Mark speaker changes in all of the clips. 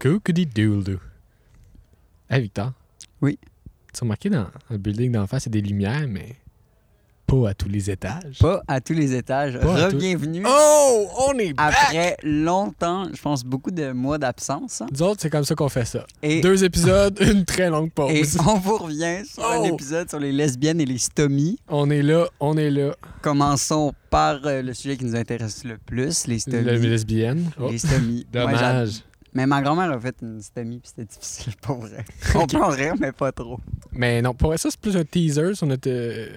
Speaker 1: Cookity doodle. Hey Victor.
Speaker 2: Oui.
Speaker 1: Tu as remarqué dans le building d'en face, il y a des lumières, mais pas à tous les étages.
Speaker 2: Pas à tous les étages.
Speaker 1: Pas à tous-
Speaker 2: Re-bienvenue.
Speaker 1: Oh, on est back!
Speaker 2: Après longtemps, je pense beaucoup de mois d'absence. hein.
Speaker 1: Nous autres, c'est comme ça qu'on fait ça.
Speaker 2: Et,
Speaker 1: Deux épisodes, une très longue pause.
Speaker 2: et on vous revient sur un
Speaker 1: Oh!
Speaker 2: épisode sur les lesbiennes et les stomies.
Speaker 1: On est là, on est là.
Speaker 2: Commençons par euh, le sujet qui nous intéresse le plus, les stomies.
Speaker 1: Le lesbienne. Oh,
Speaker 2: Les stomies. Moi, j'ad-
Speaker 1: Dommage.
Speaker 2: mais ma grand-mère a fait une stomie, puis c'était difficile, pas vrai. On peut en rire, mais pas trop.
Speaker 1: Mais non, pour ça, c'est plus un teaser sur notre euh,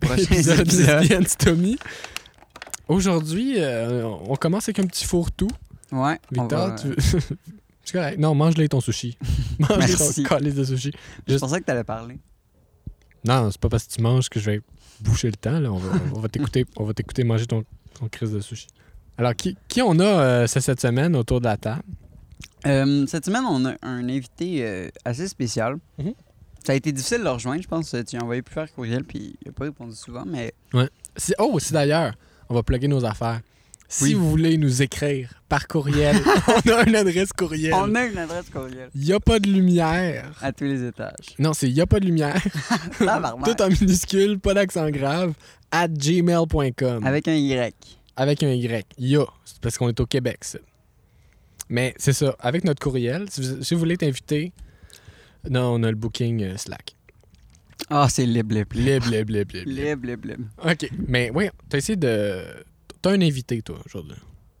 Speaker 2: Prochain
Speaker 1: épisode
Speaker 2: épisode.
Speaker 1: lesbienne Tommy. Aujourd'hui, euh, on commence avec un petit fourre-tout.
Speaker 2: Ouais. on
Speaker 1: Victor,
Speaker 2: va-
Speaker 1: tu veux- C'est correct. Non, mange-le ton sushi. mange
Speaker 2: Merci.
Speaker 1: ton calice de sushi.
Speaker 2: Je pensais que t'allais parler.
Speaker 1: Non, c'est pas parce que tu manges que je vais boucher le temps. Là. On va, on va t'écouter, on va t'écouter manger ton, ton crise de sushi. Alors, qui, qui on a euh, ce- cette semaine autour de la table?
Speaker 2: Euh, cette semaine, on a un invité euh, assez spécial.
Speaker 1: Mhm.
Speaker 2: Ça a été difficile de le rejoindre, je pense. Tu as envoyé plusieurs courriels, puis il n'a pas répondu souvent, mais
Speaker 1: Si- oh, si d'ailleurs, on va plugger nos affaires. Si
Speaker 2: Oui.
Speaker 1: vous voulez nous écrire par courriel, on a une adresse courriel.
Speaker 2: on a une adresse courriel
Speaker 1: Y a pas de lumière.
Speaker 2: à tous les étages.
Speaker 1: Non, c'est y a pas de lumière.
Speaker 2: Tabarnak.
Speaker 1: Tout en minuscule, pas d'accent grave. At gmail.com.
Speaker 2: Avec un Y.
Speaker 1: Avec un Y. Ya. C'est parce qu'on est au Québec, ça. Mais c'est ça. Avec notre courriel, si vous, si vous voulez t'inviter, non, on a le booking euh, Slack.
Speaker 2: Ah, c'est libre, libre, libre.
Speaker 1: Blib, blib, blib, blib, blib.
Speaker 2: Libre, libre, libre.
Speaker 1: OK. Mais oui, t'as essayé de. T'as un invité, toi, aujourd'hui.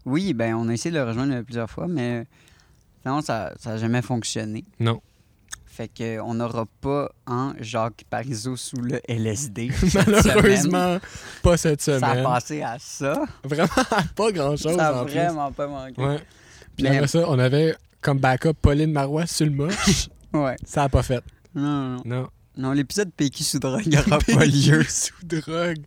Speaker 2: Oui, ben on a essayé de le rejoindre plusieurs fois, mais non, ça n'a jamais fonctionné.
Speaker 1: Non.
Speaker 2: Fait que euh, on n'aura pas un Jacques Parizeau sous le LSD. cette semaine.
Speaker 1: Malheureusement, pas cette semaine.
Speaker 2: Ça a passé à ça.
Speaker 1: Vraiment, pas grand-chose.
Speaker 2: ça a
Speaker 1: en plus.
Speaker 2: vraiment pas manqué.
Speaker 1: Ouais. Puis
Speaker 2: Mais-
Speaker 1: après ça, on avait comme backup Pauline Marois sur le moche.
Speaker 2: Ouais.
Speaker 1: Ça a pas fait.
Speaker 2: Non, non, non.
Speaker 1: Non.
Speaker 2: Non, l'épisode PQ sous drogue n'aura pas lieu.
Speaker 1: sous drogue.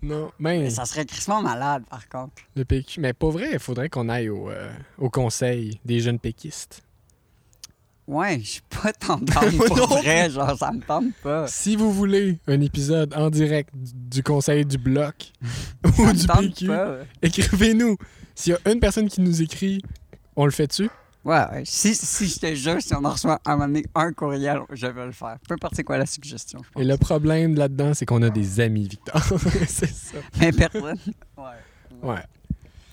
Speaker 1: Non. Mais
Speaker 2: Mais ça serait crissement malade, par contre.
Speaker 1: le PQ. Mais pas vrai, il faudrait qu'on aille au, euh, au conseil des jeunes péquistes.
Speaker 2: Ouais, je suis pas tendance
Speaker 1: Ben, Moi
Speaker 2: pour
Speaker 1: non
Speaker 2: vrai, genre, ça me tente pas.
Speaker 1: Si vous voulez un épisode en direct du, du conseil du bloc ou
Speaker 2: Ça
Speaker 1: du
Speaker 2: me tente
Speaker 1: PQ,
Speaker 2: pas.
Speaker 1: écrivez-nous. S'il y a une personne qui nous écrit, on le fait dessus.
Speaker 2: Ouais, ouais. Si, si je te jure, si on en reçoit un moment donné un courriel, je vais le faire. Peu importe c'est quoi la suggestion, je pense.
Speaker 1: Et le problème là-dedans, c'est qu'on a des amis, Victor. c'est ça.
Speaker 2: Mais personne. Ouais.
Speaker 1: Ouais.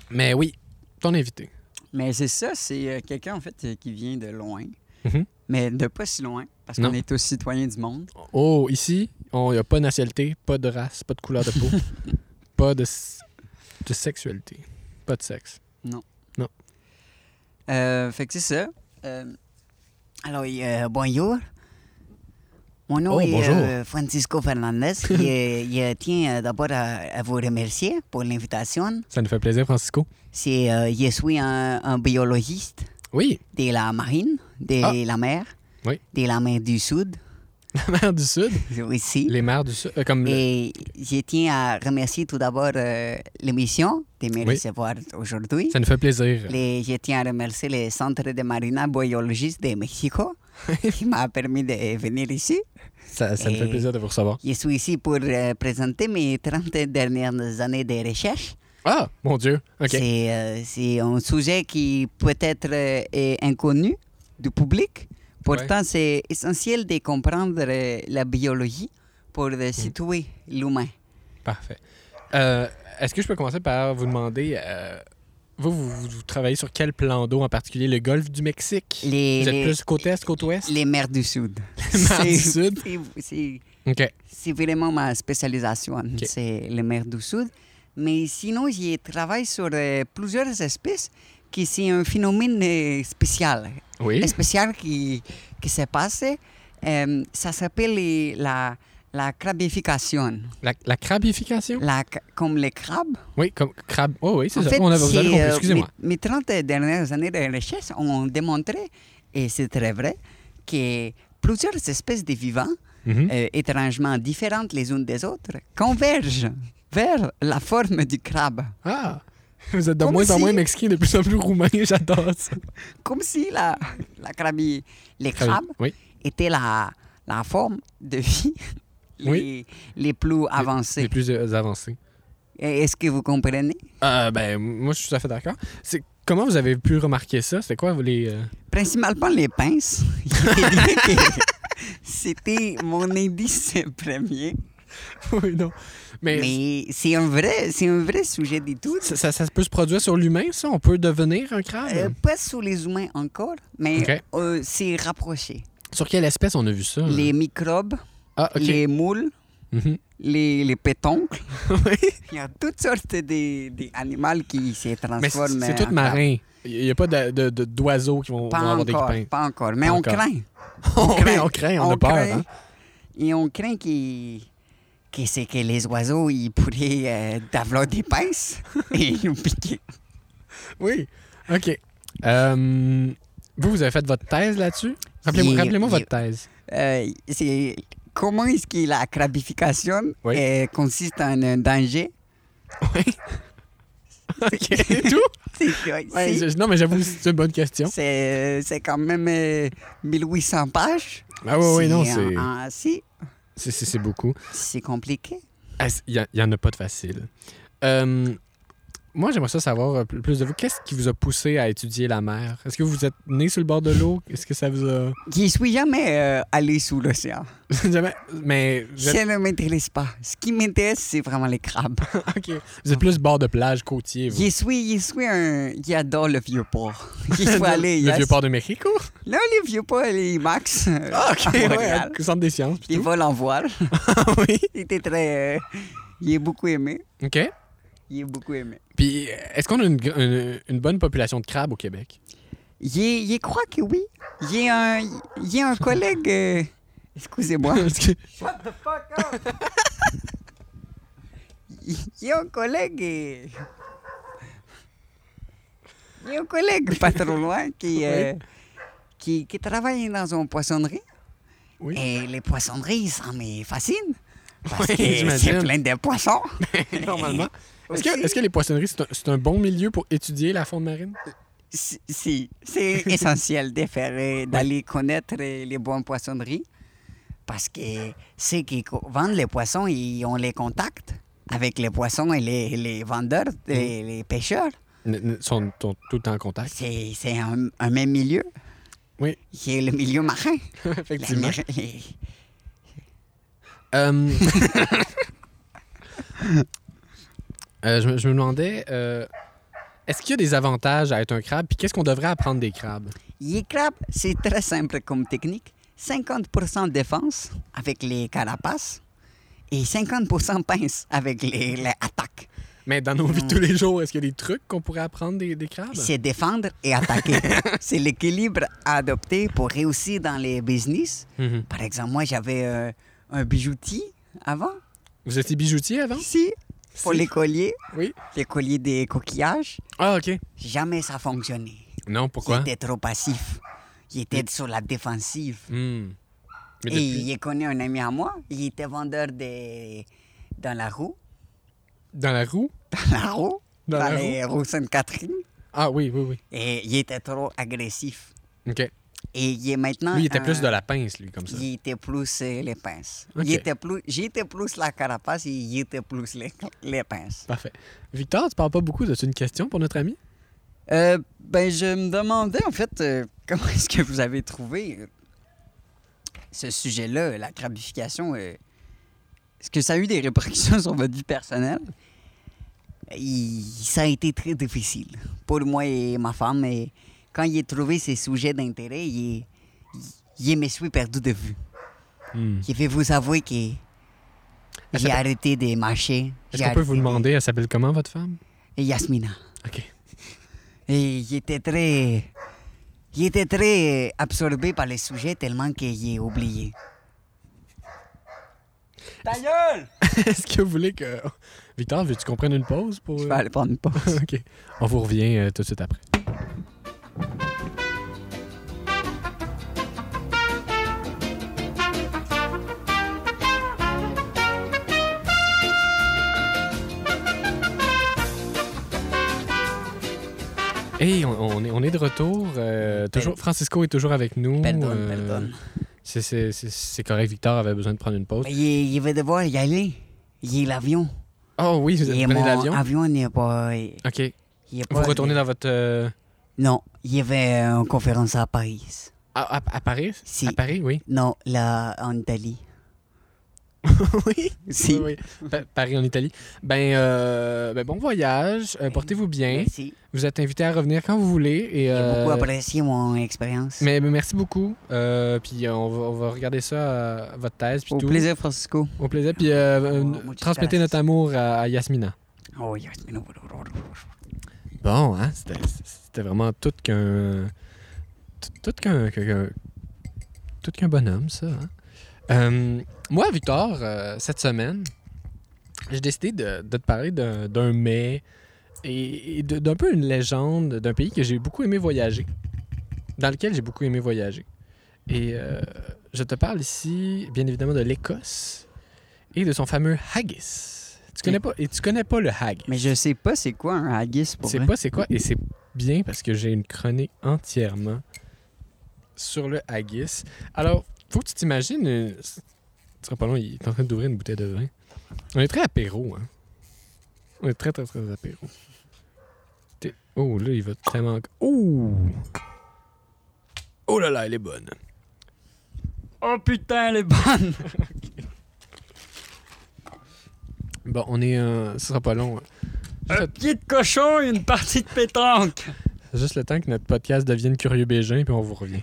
Speaker 1: Mais oui, ton invité.
Speaker 2: Mais c'est ça, c'est euh, quelqu'un, en fait, euh, qui vient de loin.
Speaker 1: Mhm.
Speaker 2: Mais de pas si loin, parce
Speaker 1: Non.
Speaker 2: qu'on est tous citoyens du monde.
Speaker 1: Oh, ici, il n'y a pas de nationalité, pas de race, pas de couleur de peau, pas de, s- de sexualité, pas de sexe.
Speaker 2: Euh, fait que c'est ça. Euh, alors, euh, bonjour. Mon nom
Speaker 1: Oh,
Speaker 2: est
Speaker 1: bonjour.
Speaker 2: euh, Francisco Fernandez. et, euh, je tiens euh, d'abord à, à vous remercier pour l'invitation.
Speaker 1: Ça nous fait plaisir, Francisco.
Speaker 2: C'est, euh, je suis un, un biologiste
Speaker 1: Oui,
Speaker 2: de la marine, de
Speaker 1: Ah.
Speaker 2: la mer,
Speaker 1: Oui.
Speaker 2: de la mer du Sud,
Speaker 1: la mer du Sud,
Speaker 2: ici.
Speaker 1: les mers du Sud, euh, comme le-
Speaker 2: Et je tiens à remercier tout d'abord euh, l'émission de me
Speaker 1: Oui.
Speaker 2: recevoir aujourd'hui.
Speaker 1: ça nous fait plaisir.
Speaker 2: Les- je tiens à remercier le Centre de Marina Biologiste de Mexico qui m'a permis de eh, venir ici.
Speaker 1: Ça, ça nous fait
Speaker 2: Et-
Speaker 1: plaisir de vous recevoir.
Speaker 2: Je suis ici pour euh, présenter mes 30 dernières années de recherche.
Speaker 1: Ah, mon Dieu. OK.
Speaker 2: C'est, euh, c'est un sujet qui peut-être euh, est inconnu du public. Pourtant, c'est essentiel de comprendre euh, la biologie pour euh,
Speaker 1: Mm.
Speaker 2: situer l'humain.
Speaker 1: Parfait. Euh, Est-ce que je peux commencer par vous demander, euh, vous, vous, vous travaillez sur quel plan d'eau en particulier? Le golfe du Mexique?
Speaker 2: Les-
Speaker 1: vous êtes
Speaker 2: les-
Speaker 1: plus côte est, côte ouest?
Speaker 2: Les mers du Sud.
Speaker 1: mers du
Speaker 2: C'est-
Speaker 1: Sud.
Speaker 2: c'est- c'est-
Speaker 1: OK.
Speaker 2: C'est vraiment ma spécialisation, hein. c'est les mers du Sud. Mais sinon, je travaille sur euh, plusieurs espèces qui c'est un phénomène euh, spécial,
Speaker 1: Oui.
Speaker 2: spécial qui, qui se passe. Euh, ça s'appelle euh, la, la crabification,
Speaker 1: La, la crabification?
Speaker 2: la, ca- comme les crabes.
Speaker 1: Oui, comme crabe. Oh oui, c'est
Speaker 2: En
Speaker 1: ça.
Speaker 2: fait,
Speaker 1: On a, vous avez
Speaker 2: c'est,
Speaker 1: compris,
Speaker 2: euh,
Speaker 1: excusez-moi.
Speaker 2: mes, mes 30 dernières années de recherche ont démontré, et c'est très vrai, que plusieurs espèces de vivants,
Speaker 1: Mhm.
Speaker 2: euh, étrangement différentes les unes des autres, convergent vers la forme du crabe.
Speaker 1: Ah! Vous êtes de
Speaker 2: Euh, Comme
Speaker 1: moins en
Speaker 2: si-
Speaker 1: moins mexicain, de plus en plus roumain, j'adore ça.
Speaker 2: Comme si la, la crabie, les crabes
Speaker 1: Ah Oui.
Speaker 2: étaient la, la forme de vie les,
Speaker 1: Oui.
Speaker 2: les plus
Speaker 1: Les
Speaker 2: avancées.
Speaker 1: plus euh, avancés.
Speaker 2: Et Est-ce que vous comprenez?
Speaker 1: Euh, ben, moi, je suis tout à fait d'accord. C'est- Comment vous avez pu remarquer ça? C'est quoi vous, les. euh,
Speaker 2: Principalement les pinces. Je dirais que C'était mon indice premier.
Speaker 1: oui, non. Mais,
Speaker 2: Mais c'est un vrai, c'est un vrai sujet du tout.
Speaker 1: ça, ça- ça peut se produire sur l'humain, ça? On peut devenir un crabe?
Speaker 2: Euh, pas sous les humains encore, mais
Speaker 1: Hmm. Ok.
Speaker 2: euh, c'est rapproché.
Speaker 1: Sur quelle espèce on a vu ça? hein?
Speaker 2: Les microbes,
Speaker 1: Ah, OK.
Speaker 2: les moules,
Speaker 1: Mhm.
Speaker 2: les, les pétoncles.
Speaker 1: Oui.
Speaker 2: Il y a toutes sortes d'animaux qui se
Speaker 1: Mais c'est
Speaker 2: transforment.
Speaker 1: c'est
Speaker 2: en
Speaker 1: tout marin. Il n'y a pas de- de- de- d'oiseaux qui vont,
Speaker 2: Pas
Speaker 1: vont avoir
Speaker 2: encore,
Speaker 1: des
Speaker 2: pas encore. Mais
Speaker 1: Pas
Speaker 2: on
Speaker 1: encore.
Speaker 2: craint.
Speaker 1: pins. On craint, on, craint, on a peur.
Speaker 2: craint.
Speaker 1: hein?
Speaker 2: Et on craint qu'il- que c'est que les oiseaux, ils pourraient euh, développer des pinces et nous piquer.
Speaker 1: Oui. OK. Euh, vous, vous avez fait votre thèse là-dessus? Rappelez-moi
Speaker 2: Il-
Speaker 1: rappelez-moi
Speaker 2: il-
Speaker 1: votre thèse.
Speaker 2: Euh, c'est comment est-ce que la crabification
Speaker 1: Oui.
Speaker 2: euh, consiste en un danger.
Speaker 1: Oui. OK. C'est tout?
Speaker 2: C'est- ouais,
Speaker 1: Ouais,
Speaker 2: si.
Speaker 1: je- non, mais j'avoue, c'est une bonne question.
Speaker 2: C'est c'est quand même euh, 1800 pages.
Speaker 1: Ah oui, oui, non,
Speaker 2: C'est
Speaker 1: c'est-
Speaker 2: en- en- si,
Speaker 1: c'est- c'est c'est beaucoup.
Speaker 2: c'est compliqué.
Speaker 1: Ah, c'est- Il n'y en a pas de facile. Euh, moi, j'aimerais ça savoir euh, pl- plus de vous. Qu'est-ce qui vous a poussé à étudier la mer? Est-ce que vous êtes né sur le bord de l'eau? Est-ce que ça vous a...
Speaker 2: Je suis jamais euh, allé sous l'océan.
Speaker 1: Jamais- Mais... vous êtes-
Speaker 2: Ça ne m'intéresse pas. Ce qui m'intéresse, c'est vraiment les crabes.
Speaker 1: OK. Vous êtes plus bord de plage, côtier, vous.
Speaker 2: Je suis, je suis un... J'adore le vieux port. Je suis
Speaker 1: Le-
Speaker 2: allé...
Speaker 1: le
Speaker 2: yes.
Speaker 1: vieux port de Mexico?
Speaker 2: Là, les vieux ports, les Max. euh,
Speaker 1: Ah,
Speaker 2: à Montréal.
Speaker 1: au centre des sciences. pis
Speaker 2: Ils
Speaker 1: tout.
Speaker 2: veulent en voir.
Speaker 1: Ah oui.
Speaker 2: Il était très... euh, J'ai beaucoup aimé.
Speaker 1: OK.
Speaker 2: J'ai beaucoup aimé.
Speaker 1: Puis, euh, est-ce qu'on a une, gr- une- une bonne population de crabes au Québec?
Speaker 2: J'ai, j'ai crois que oui. J'ai un, j'ai un collègue... euh, Excusez-moi.
Speaker 1: Est-ce que-
Speaker 2: Shut the fuck up! J'ai un collègue. euh, J'ai un collègue pas trop loin qui, euh, qui, qui travaille dans une poissonnerie.
Speaker 1: Oui.
Speaker 2: Et les poissonneries, ça me fascine. Parce
Speaker 1: Oui,
Speaker 2: que
Speaker 1: j'imagine.
Speaker 2: c'est plein de poissons.
Speaker 1: Normalement. Est-ce que,
Speaker 2: Aussi.
Speaker 1: est-ce que les poissonneries, c'est un, c'est un bon milieu pour étudier la faune marine?
Speaker 2: Si- Si, c'est essentiel de faire, euh, d'aller connaître euh, les bonnes poissonneries parce que ceux qui co- vendent les poissons, ils ont les contacts avec les poissons et les, les vendeurs, les, les pêcheurs.
Speaker 1: N- n- sont, sont tout le temps en contact.
Speaker 2: C'est c'est un, un même milieu.
Speaker 1: Oui.
Speaker 2: C'est le milieu marin. La
Speaker 1: Effectivement.
Speaker 2: mer- les-
Speaker 1: Euh, euh, je, me- je me demandais, euh, est-ce qu'il y a des avantages à être un crabe? Puis qu'est-ce qu'on devrait apprendre des crabes?
Speaker 2: Les crabes, c'est très simple comme technique. 50% défense avec les carapaces et 50% pince avec les, les attaques.
Speaker 1: Mais dans nos vies de tous les jours, est-ce qu'il y a des trucs qu'on pourrait apprendre des, des crabes?
Speaker 2: C'est défendre et attaquer. c'est l'équilibre à adopter pour réussir dans les business.
Speaker 1: Mhm.
Speaker 2: Par exemple, moi, j'avais euh, un bijoutier avant,
Speaker 1: Vous étiez bijoutier avant?
Speaker 2: ici, pour
Speaker 1: Oh. Si.
Speaker 2: les colliers,
Speaker 1: Oui.
Speaker 2: les colliers des coquillages.
Speaker 1: Ah, OK.
Speaker 2: Jamais ça fonctionnait.
Speaker 1: Non, pourquoi?
Speaker 2: J'étais trop passif. J'étais sur la défensive.
Speaker 1: Hmm. Mais
Speaker 2: Et
Speaker 1: depuis-
Speaker 2: j'ai connu un ami à moi, il était vendeur de... dans la roue,
Speaker 1: Dans la roue?
Speaker 2: dans la roue,
Speaker 1: Dans
Speaker 2: dans,
Speaker 1: la
Speaker 2: les rues Sainte-Catherine.
Speaker 1: Ah oui, oui, oui.
Speaker 2: Et il était trop agressif.
Speaker 1: OK.
Speaker 2: Et il est maintenant.
Speaker 1: Lui, il était plus
Speaker 2: un-
Speaker 1: de la pince, lui, comme ça.
Speaker 2: Ah, euh, Il était plus euh, les pinces.
Speaker 1: Ok.
Speaker 2: Il était plus, j'étais plus la carapace et il était plus les, les pinces.
Speaker 1: Parfait. Victor, tu parles pas beaucoup. As-tu une question pour notre ami?
Speaker 2: Euh, ben, je me demandais en fait euh, comment est-ce que vous avez trouvé euh, ce sujet-là, la crabification. euh, est-ce que ça a eu des répercussions sur votre vie personnelle? Il- ça a été très difficile pour moi et ma femme. Et quand j'ai trouvé ces sujets d'intérêt, il, il, il me suis perdu de vue. Je vais vous avouer que
Speaker 1: Elle
Speaker 2: j'ai
Speaker 1: s'appelle-
Speaker 2: arrêté de marcher.
Speaker 1: Est-ce
Speaker 2: J'ai
Speaker 1: qu'on peut vous
Speaker 2: arrêté de-
Speaker 1: demander, elle s'appelle comment, votre femme?
Speaker 2: Et Yasmina.
Speaker 1: OK.
Speaker 2: Et j'étais très. J'étais très absorbé par le sujet tellement que j'ai oublié. Ta gueule!
Speaker 1: Est-ce que vous voulez que... Victor, veux-tu qu'on prenne une pause pour...
Speaker 2: Je
Speaker 1: euh,
Speaker 2: vais aller prendre une pause.
Speaker 1: OK. On vous revient euh, tout de suite après. Hey, on, on est, on est de retour. euh, toujours, Francisco est toujours avec nous.
Speaker 2: Pardon,
Speaker 1: euh,
Speaker 2: pardon.
Speaker 1: c'est- C'est c'est- c'est correct, Victor avait besoin de prendre une pause.
Speaker 2: Mais il, il va devoir y aller. Il l'avion.
Speaker 1: Oh oui, vous
Speaker 2: Et
Speaker 1: prenez
Speaker 2: mon
Speaker 1: l'avion.
Speaker 2: avion n'est pas.
Speaker 1: OK.
Speaker 2: il est
Speaker 1: Vous
Speaker 2: pas-
Speaker 1: retournez dans votre... euh,
Speaker 2: Non, il y avait euh, une conférence à Paris.
Speaker 1: À, à- à Paris?
Speaker 2: Si.
Speaker 1: À Paris, oui.
Speaker 2: Non, là, en Italie.
Speaker 1: oui.
Speaker 2: Si.
Speaker 1: Oui, oui. Pa- Paris en Italie. Ben, euh, ben, bon voyage. Euh, Portez-vous bien.
Speaker 2: Merci.
Speaker 1: Vous êtes invité à revenir quand vous voulez. Et,
Speaker 2: J'ai
Speaker 1: euh,
Speaker 2: beaucoup apprécié mon expérience.
Speaker 1: Mais, mais merci beaucoup. Euh, puis euh, on va, on va regarder ça à votre thèse. Puis
Speaker 2: Au
Speaker 1: tout.
Speaker 2: plaisir, Francisco.
Speaker 1: Au plaisir. Puis euh,
Speaker 2: Oh,
Speaker 1: euh,
Speaker 2: muchas
Speaker 1: transmettez
Speaker 2: gracias.
Speaker 1: notre amour à, à Yasmina.
Speaker 2: Oh, yes. mais non, non, non, non.
Speaker 1: Bon, hein? C'était c'était vraiment tout qu'un. Tout, tout qu'un. qu'un- qu'un- Tout qu'un bonhomme, ça. hein. Euh, moi, Victor, euh, cette semaine, j'ai décidé de, de te parler d'un d'un mets et, et de- d'un peu une légende d'un pays que j'ai beaucoup aimé voyager, dans lequel j'ai beaucoup aimé voyager. Et euh, je te parle ici, bien évidemment, de l'Écosse et de son fameux haggis. Tu connais pas, et tu connais pas le haggis.
Speaker 2: Mais je sais pas c'est quoi un haggis pour
Speaker 1: C'est
Speaker 2: vrai.
Speaker 1: pas c'est quoi, et c'est bien parce que j'ai une chronique entièrement sur le haggis. Alors, faut que tu t'imagines, euh, ce sera pas long, il est en train d'ouvrir une bouteille de vin. On est très apéro, hein. On est très, très, très apéro. T'es- Oh, là, il va tellement... Oh! Oh là là, elle est bonne.
Speaker 2: Oh putain, elle est bonne!
Speaker 1: Bon, on est... euh, ce sera pas long. Juste le-
Speaker 2: pied de cochon et une partie de pétanque!
Speaker 1: Juste le temps que notre podcast devienne curieux Bégin, puis on vous revient.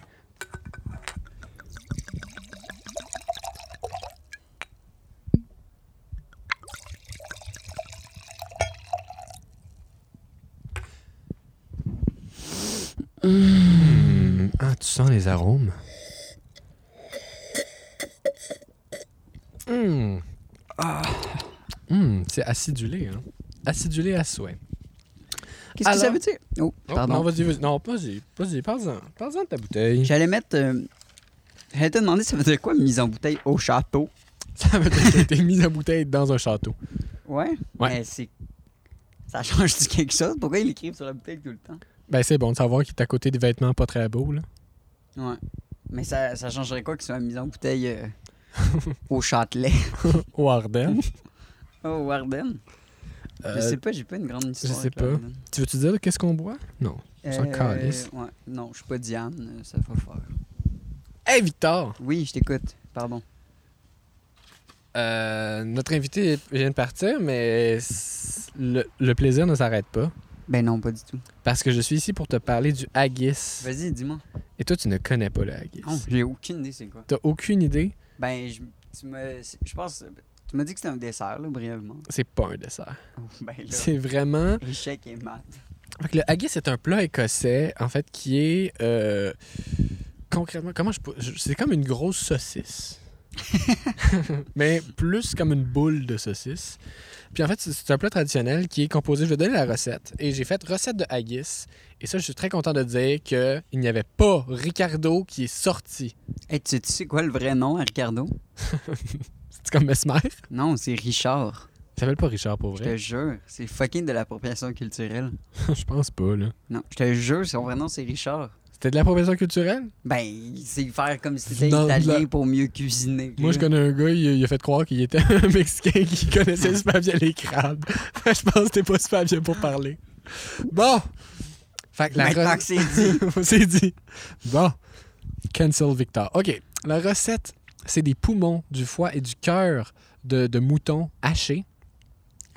Speaker 1: Mmh. Ah, tu sens les arômes? Mmh. Mmh, c'est acidulé, hein? Acidulé à souhait.
Speaker 2: Qu'est-ce que
Speaker 1: Alors-
Speaker 2: ça veut dire? Oh,
Speaker 1: Oh,
Speaker 2: pardon.
Speaker 1: Non, vas-y, vas-y. Non, vas-y, vas-y, parle-en. Parle-en de ta bouteille.
Speaker 2: J'allais mettre. euh, J'allais te demander ça veut dire quoi mise en bouteille au château?
Speaker 1: Ça veut dire que t'es mise en bouteille dans un château.
Speaker 2: Ouais?
Speaker 1: Ouais.
Speaker 2: Mais c'est. Ça change-tu quelque chose? Pourquoi ils l'écrivent sur la bouteille tout le temps?
Speaker 1: Ben, c'est bon de savoir qu'il est à côté des vêtements pas très beaux, là.
Speaker 2: Ouais. Mais ça, ça changerait quoi qu'ils soient mis en bouteille euh, au Châtelet?
Speaker 1: Au Ardennes.
Speaker 2: Au Warden? Je
Speaker 1: Euh,
Speaker 2: sais pas, j'ai pas une grande histoire.
Speaker 1: sais
Speaker 2: avec
Speaker 1: pas.
Speaker 2: Warden.
Speaker 1: Tu veux-tu dire qu'est-ce qu'on boit? Non. On s'en
Speaker 2: Euh,
Speaker 1: calisse.
Speaker 2: ouais. Non, je suis pas Diane, euh, ça va faire.
Speaker 1: Hey, Victor!
Speaker 2: Oui, je t'écoute, pardon.
Speaker 1: Euh, notre invité vient de partir, mais s- le, le plaisir ne s'arrête pas.
Speaker 2: Ben non, pas du tout.
Speaker 1: Parce que je suis ici pour te parler du haggis.
Speaker 2: Vas-y, dis-moi.
Speaker 1: Et toi, tu ne connais pas le haggis.
Speaker 2: Non, j'ai aucune idée c'est quoi.
Speaker 1: T'as aucune idée?
Speaker 2: Ben, je, tu me, je pense, tu m'as dit que c'était un dessert, là, brièvement.
Speaker 1: C'est pas un dessert.
Speaker 2: Ben là,
Speaker 1: C'est vraiment
Speaker 2: échec et mat.
Speaker 1: Fait que le haggis, c'est un plat écossais, en fait, qui est. euh, concrètement, comment je. peux- je- C'est comme une grosse saucisse. Mais plus comme une boule de saucisse. Puis en fait, c'est- c'est un plat traditionnel qui est composé. Je vais donner la recette. Et j'ai fait recette de haggis. Et ça, je suis très content de dire que il n'y avait pas Ricardo qui est sorti.
Speaker 2: Hey, tu, tu sais quoi le vrai nom à Ricardo?
Speaker 1: C'est comme Mesmer. Il
Speaker 2: Non, c'est Richard.
Speaker 1: s'appelle pas Richard pour
Speaker 2: Je te
Speaker 1: vrai.
Speaker 2: jure, c'est fucking de l'appropriation culturelle.
Speaker 1: je pense pas, là.
Speaker 2: Non, je te jure, son vrai nom, c'est Richard.
Speaker 1: C'était de la profession culturelle?
Speaker 2: Ben, c'est faire comme si c'était
Speaker 1: Non,
Speaker 2: italien
Speaker 1: la-
Speaker 2: pour mieux cuisiner.
Speaker 1: Moi, je connais un gars, il, il a fait croire qu'il était un Mexicain qui connaissait super bien les crabes. je pense que t'es pas super bien pour parler. Bon! Fait que la
Speaker 2: Maintenant
Speaker 1: re-
Speaker 2: que c'est dit.
Speaker 1: On s'est dit. Bon. Cancel Victor. OK. La recette, c'est des poumons, du foie et du cœur de, de mouton haché,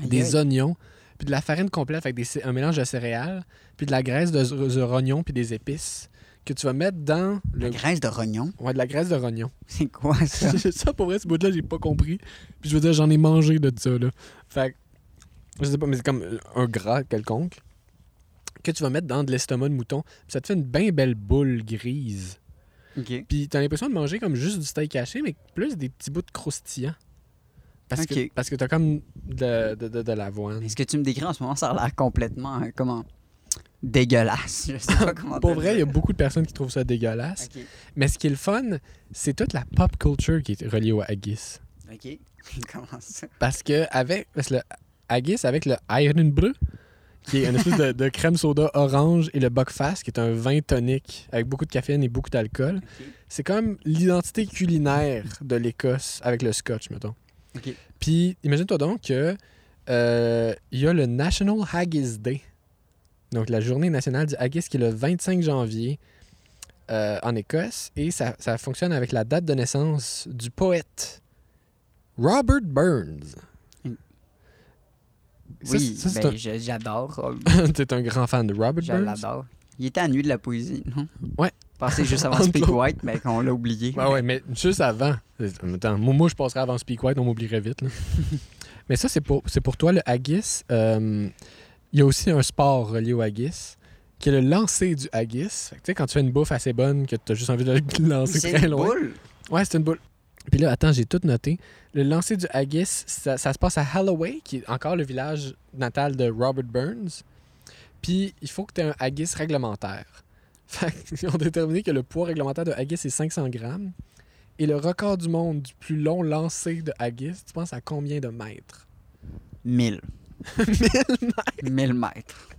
Speaker 1: des
Speaker 2: Aïe, aïe.
Speaker 1: oignons, puis de la farine complète avec des, cé- un mélange de céréales, puis de la graisse de, de rognon, puis des épices que tu vas mettre dans le...
Speaker 2: La graisse de rognon,
Speaker 1: Ouais, de la graisse de rognon.
Speaker 2: c'est quoi ça?
Speaker 1: ça, pour vrai, ce bout-là, j'ai pas compris. Puis je veux dire, j'en ai mangé de ça, là. Fait que, je sais pas, mais c'est comme un gras quelconque que tu vas mettre dans de l'estomac de mouton. Puis ça te fait une bien belle boule grise.
Speaker 2: ok.
Speaker 1: Puis t'as l'impression de manger comme juste du steak haché, mais plus des petits bouts de croustillants. Parce
Speaker 2: Ok.
Speaker 1: que, parce que t'as comme de, de, de- de l'avoine.
Speaker 2: Mais ce que tu me décris en ce moment, ça a l'air complètement, euh, comment, dégueulasse. Je sais pas comment
Speaker 1: Pour
Speaker 2: te
Speaker 1: vrai, il y a
Speaker 2: dire.
Speaker 1: beaucoup de personnes qui trouvent ça dégueulasse.
Speaker 2: Ok,
Speaker 1: Mais ce qui est le fun, c'est toute la pop culture qui est reliée au haggis.
Speaker 2: ok. comment ça?
Speaker 1: Parce que avec parce que le haggis avec le Ironbrü, qui est une espèce de, de crème soda orange et le Buckfast, qui est un vin tonique avec beaucoup de caféine et beaucoup d'alcool,
Speaker 2: Ok.
Speaker 1: c'est comme l'identité culinaire de l'Écosse avec le scotch, mettons.
Speaker 2: Ok.
Speaker 1: Puis imagine-toi donc que euh, il y a le National Haggis Day Donc, la journée nationale du haggis qui est le 25 janvier euh, en Écosse. Et ça, ça fonctionne avec la date de naissance du poète Robert Burns.
Speaker 2: Mm.
Speaker 1: Ça,
Speaker 2: Oui,
Speaker 1: ça, c'est
Speaker 2: ben, je- j'adore. Rob.
Speaker 1: un- t'es un grand fan de Robert
Speaker 2: Je
Speaker 1: Burns?
Speaker 2: l'adore. Il était à Nuit de la poésie, non?
Speaker 1: Ouais.
Speaker 2: Passé juste avant
Speaker 1: Entre
Speaker 2: Speak
Speaker 1: autres.
Speaker 2: White, mais qu'on l'a oublié.
Speaker 1: Ouais, ouais, mais juste avant. Attends, moi, moi, je passerai avant Speak White, on m'oublierait vite. là. mais ça, c'est pour, c'est pour toi, le haggis. Euh, il y a aussi un sport relié au haggis, qui est le lancer du haggis. Fait que, Tu sais, quand tu fais une bouffe assez bonne, que tu as juste envie de le lancer
Speaker 2: C'est
Speaker 1: très
Speaker 2: une
Speaker 1: loin.
Speaker 2: boule.
Speaker 1: Ouais, c'est une boule. Puis là, attends, j'ai tout noté. Le lancer du haggis, ça, ça se passe à Holloway, qui est encore le village natal de Robert Burns. Puis il faut que tu aies un haggis réglementaire. Fait qu'ils ont déterminé que le poids réglementaire de haggis est 500 grammes. Et le record du monde du plus long lancer de haggis, tu penses à combien de mètres?
Speaker 2: 1000. 1000 mètres.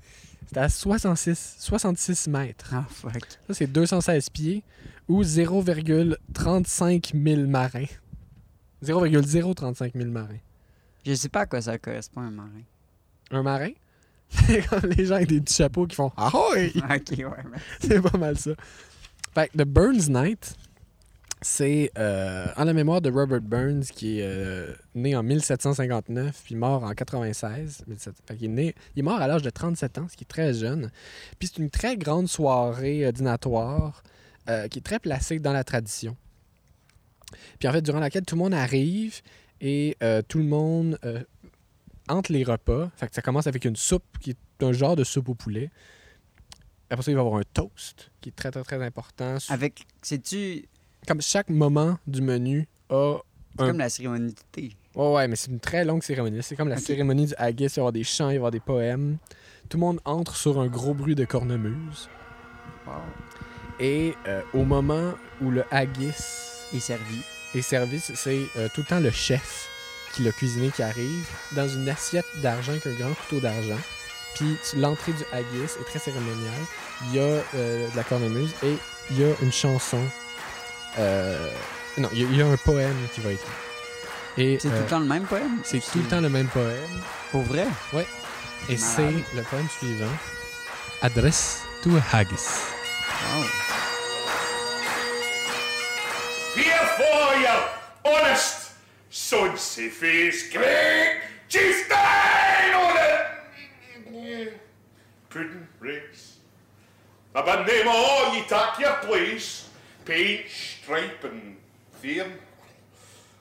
Speaker 1: C'était à 66, 66 mètres.
Speaker 2: Ah, fuck.
Speaker 1: Ça, c'est 216 pieds ou 0,35 000 marins. 0,035 000 marins.
Speaker 2: Je sais pas à quoi ça correspond, un marin.
Speaker 1: un marin. Comme les gens avec des petits chapeaux qui font Ahoy!
Speaker 2: ok, ouais. mais-
Speaker 1: C'est pas mal ça. Fait que The Burns Night, c'est euh, en la mémoire de Robert Burns qui est euh, né en 1759 puis mort en 96. 1700. Fait qu'il est, né- il est mort à l'âge de 37 ans, ce qui est très jeune. Puis c'est une très grande soirée euh, dînatoire euh, qui est très placée dans la tradition. Puis en fait, durant laquelle tout le monde arrive et euh, tout le monde euh, entre les repas. Fait que ça commence avec une soupe qui est un genre de soupe au poulet. Après ça, il va y avoir un toast qui est très, très, très important.
Speaker 2: Avec. C'est-tu.
Speaker 1: Comme chaque moment du menu a.
Speaker 2: C'est
Speaker 1: Un-
Speaker 2: comme la cérémonie de thé.
Speaker 1: Ouais, ouais, mais c'est une très longue cérémonie. C'est comme la
Speaker 2: Ok.
Speaker 1: cérémonie du haggis. Il va y avoir des chants, il va y avoir des poèmes. Tout le monde entre sur un gros bruit de cornemuse.
Speaker 2: Wow.
Speaker 1: Et euh, au moment où le haggis
Speaker 2: Et servi.
Speaker 1: Et service, c'est euh, tout le temps le chef qui l'a cuisiné qui arrive dans une assiette d'argent avec un grand couteau d'argent. Puis tu- l'entrée du haggis est très cérémoniale. Il y a euh, de la cornemuse et il y a une chanson. euh, Non, il y, a- il y a un poème qui va être. Et
Speaker 2: C'est tout
Speaker 1: euh,
Speaker 2: le temps le même poème?
Speaker 1: c'est tout le temps le même poème.
Speaker 2: Pour vrai?
Speaker 1: Et
Speaker 2: Malade.
Speaker 1: c'est le poème suivant. Adresse to a haggis.
Speaker 2: Wow.
Speaker 3: Here for you, honest, son face, great, chief thine on it. Pudding rings. I bid them all ye tak your place, page, stripe, and fame.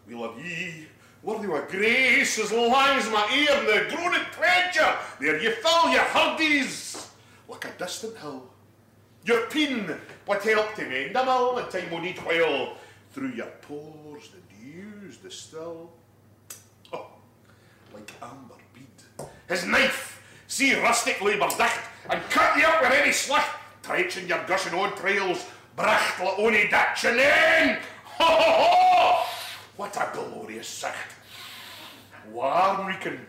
Speaker 3: We love ye, worthy of grace, as long as my ear and the groaning pleasure, there ye fill your hardies like a distant hill. Your pin, but help to mend them all in time we need while through your pores the dews distill. Oh, like amber bead. His knife, see rustic labour dicht, and cut you up with any slack, trenching your gushing on trails, bracht la only ditch and then. Ho ho ho! What a glorious sight! warm reeking,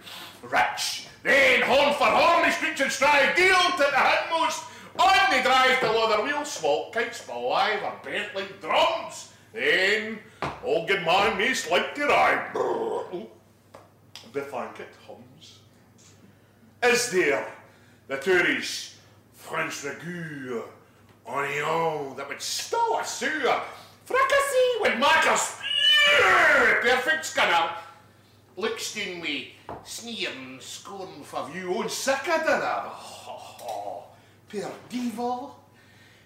Speaker 3: rich. Then horn for horn they screech and strive, deal to the hindmost. On they drive till other wheels small kites belive are bent like drums. Then all good man mace like to rhyme. Brrr. The blanket hums. Is there the Tories, French ragout, onion that would stow a sewer? Fricassee would make a spear! Perfect skinner. Lichtenley, sneering scorn for you own sick of dinner. Poor devil.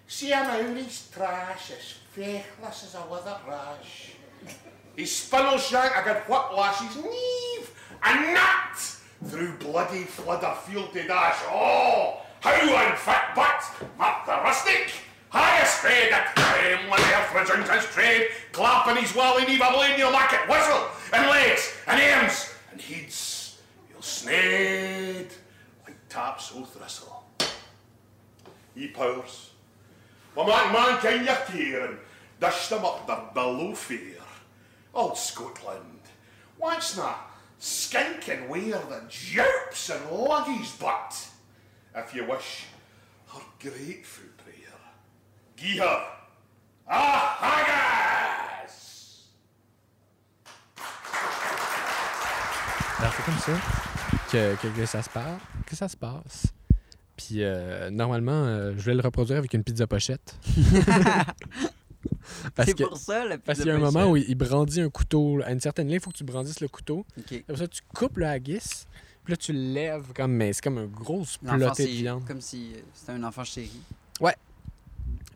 Speaker 3: See him out, he's trash, as faithless as a wither rash. His spinal shank, I could whiplash his knee, a nut through bloody flood of field to dash. Oh, how unfit, but mark the rustic. Highest fed at time when earth resumes his trade, clapping his well in evil in your market whistle, and legs, and aims, and heeds, you'll snade like taps o' thistle. Ye powers, well, man, man, can you tear and dish them up their below fair? Old Scotland, once na skinking wear the jupes and luggies, but if you wish, her grateful prayer, gie her a haggis!
Speaker 1: Alors, c'est comme ça que, que- que ça se passe. Que ça se passe. Puis euh, normalement, euh, je vais le reproduire avec une pizza pochette. parce
Speaker 2: C'est
Speaker 1: que
Speaker 2: pour ça, la
Speaker 1: parce
Speaker 2: pizza
Speaker 1: qu'il y a un
Speaker 2: pochette.
Speaker 1: moment où il brandit un couteau. À une certaine ligne, il faut que tu brandisses le couteau.
Speaker 2: OK.
Speaker 1: Après ça, tu coupes le haggis. Puis là, tu le lèves comme... Mais c'est comme un gros
Speaker 2: L'enfant,
Speaker 1: ploté de
Speaker 2: c'est
Speaker 1: viande.
Speaker 2: comme si euh, c'était un enfant chéri.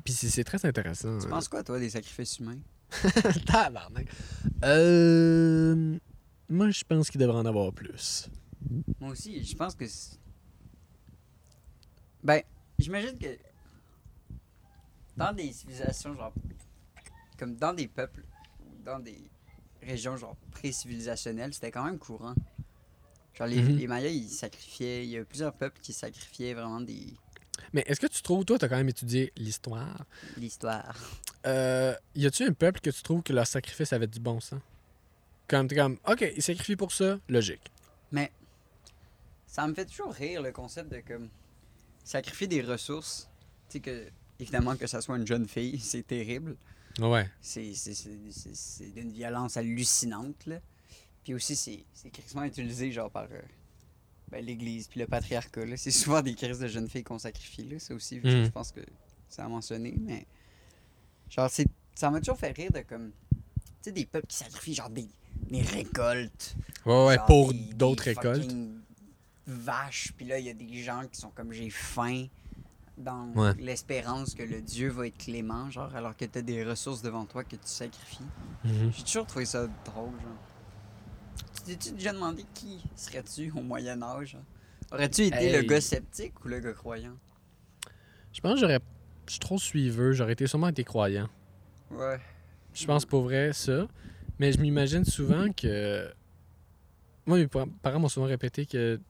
Speaker 1: Puis c'est c'est très intéressant.
Speaker 2: Tu
Speaker 1: hein.
Speaker 2: penses quoi, toi, des sacrifices humains?
Speaker 1: Tabarnak. Euh... Moi, je pense qu'il devrait en avoir plus.
Speaker 2: Moi aussi, je pense que. c'est- Ben, j'imagine que. Dans des civilisations, genre. Comme dans des peuples, ou dans des régions, genre, pré-civilisationnelles, c'était quand même courant. Genre, les,
Speaker 1: Mhm.
Speaker 2: les Mayas, ils sacrifiaient. Il y a plusieurs peuples qui sacrifiaient vraiment des.
Speaker 1: Mais est-ce que tu trouves, toi, t'as quand même étudié l'histoire,
Speaker 2: l'histoire.
Speaker 1: euh, y a-tu un peuple que tu trouves que leur sacrifice avait du bon sens? Comme, t'es comme, OK, ils sacrifient pour ça, logique.
Speaker 2: Ça me fait toujours rire le concept de comme sacrifier des ressources. Tu sais que évidemment que ça soit une jeune fille, c'est terrible.
Speaker 1: Ouais.
Speaker 2: C'est c'est- c'est- c'est- c'est d'une violence hallucinante là. Puis aussi c'est c'est crissement utilisé genre par euh, ben, l'Église puis le patriarcat là. C'est souvent des crises de jeunes filles qu'on sacrifie là. Ça aussi,
Speaker 1: Mm.
Speaker 2: je pense que ça a mentionné, mais genre c'est ça m'a toujours fait rire de comme tu sais des peuples qui sacrifient genre des, des récoltes
Speaker 1: Ouais, ouais,
Speaker 2: Genre
Speaker 1: pour
Speaker 2: des- des
Speaker 1: d'autres récoltes.
Speaker 2: fucking Vaches, puis là, il y a des gens qui sont comme j'ai faim dans
Speaker 1: Ouais.
Speaker 2: l'espérance que le Dieu va être clément, genre, alors que t'as des ressources devant toi que tu sacrifies.
Speaker 1: Mhm.
Speaker 2: J'ai toujours trouvé ça drôle, genre. Tu t'es-tu déjà demandé qui serais-tu au Moyen-Âge? genre? Aurais-tu été le
Speaker 1: Hey.
Speaker 2: gars sceptique ou le gars croyant?
Speaker 1: Je pense que j'aurais. Je suis trop suiveux, j'aurais été sûrement été croyant.
Speaker 2: Ouais.
Speaker 1: Je pense pour vrai ça. Mais je m'imagine souvent que. Moi, mes par- parents m'ont souvent répété que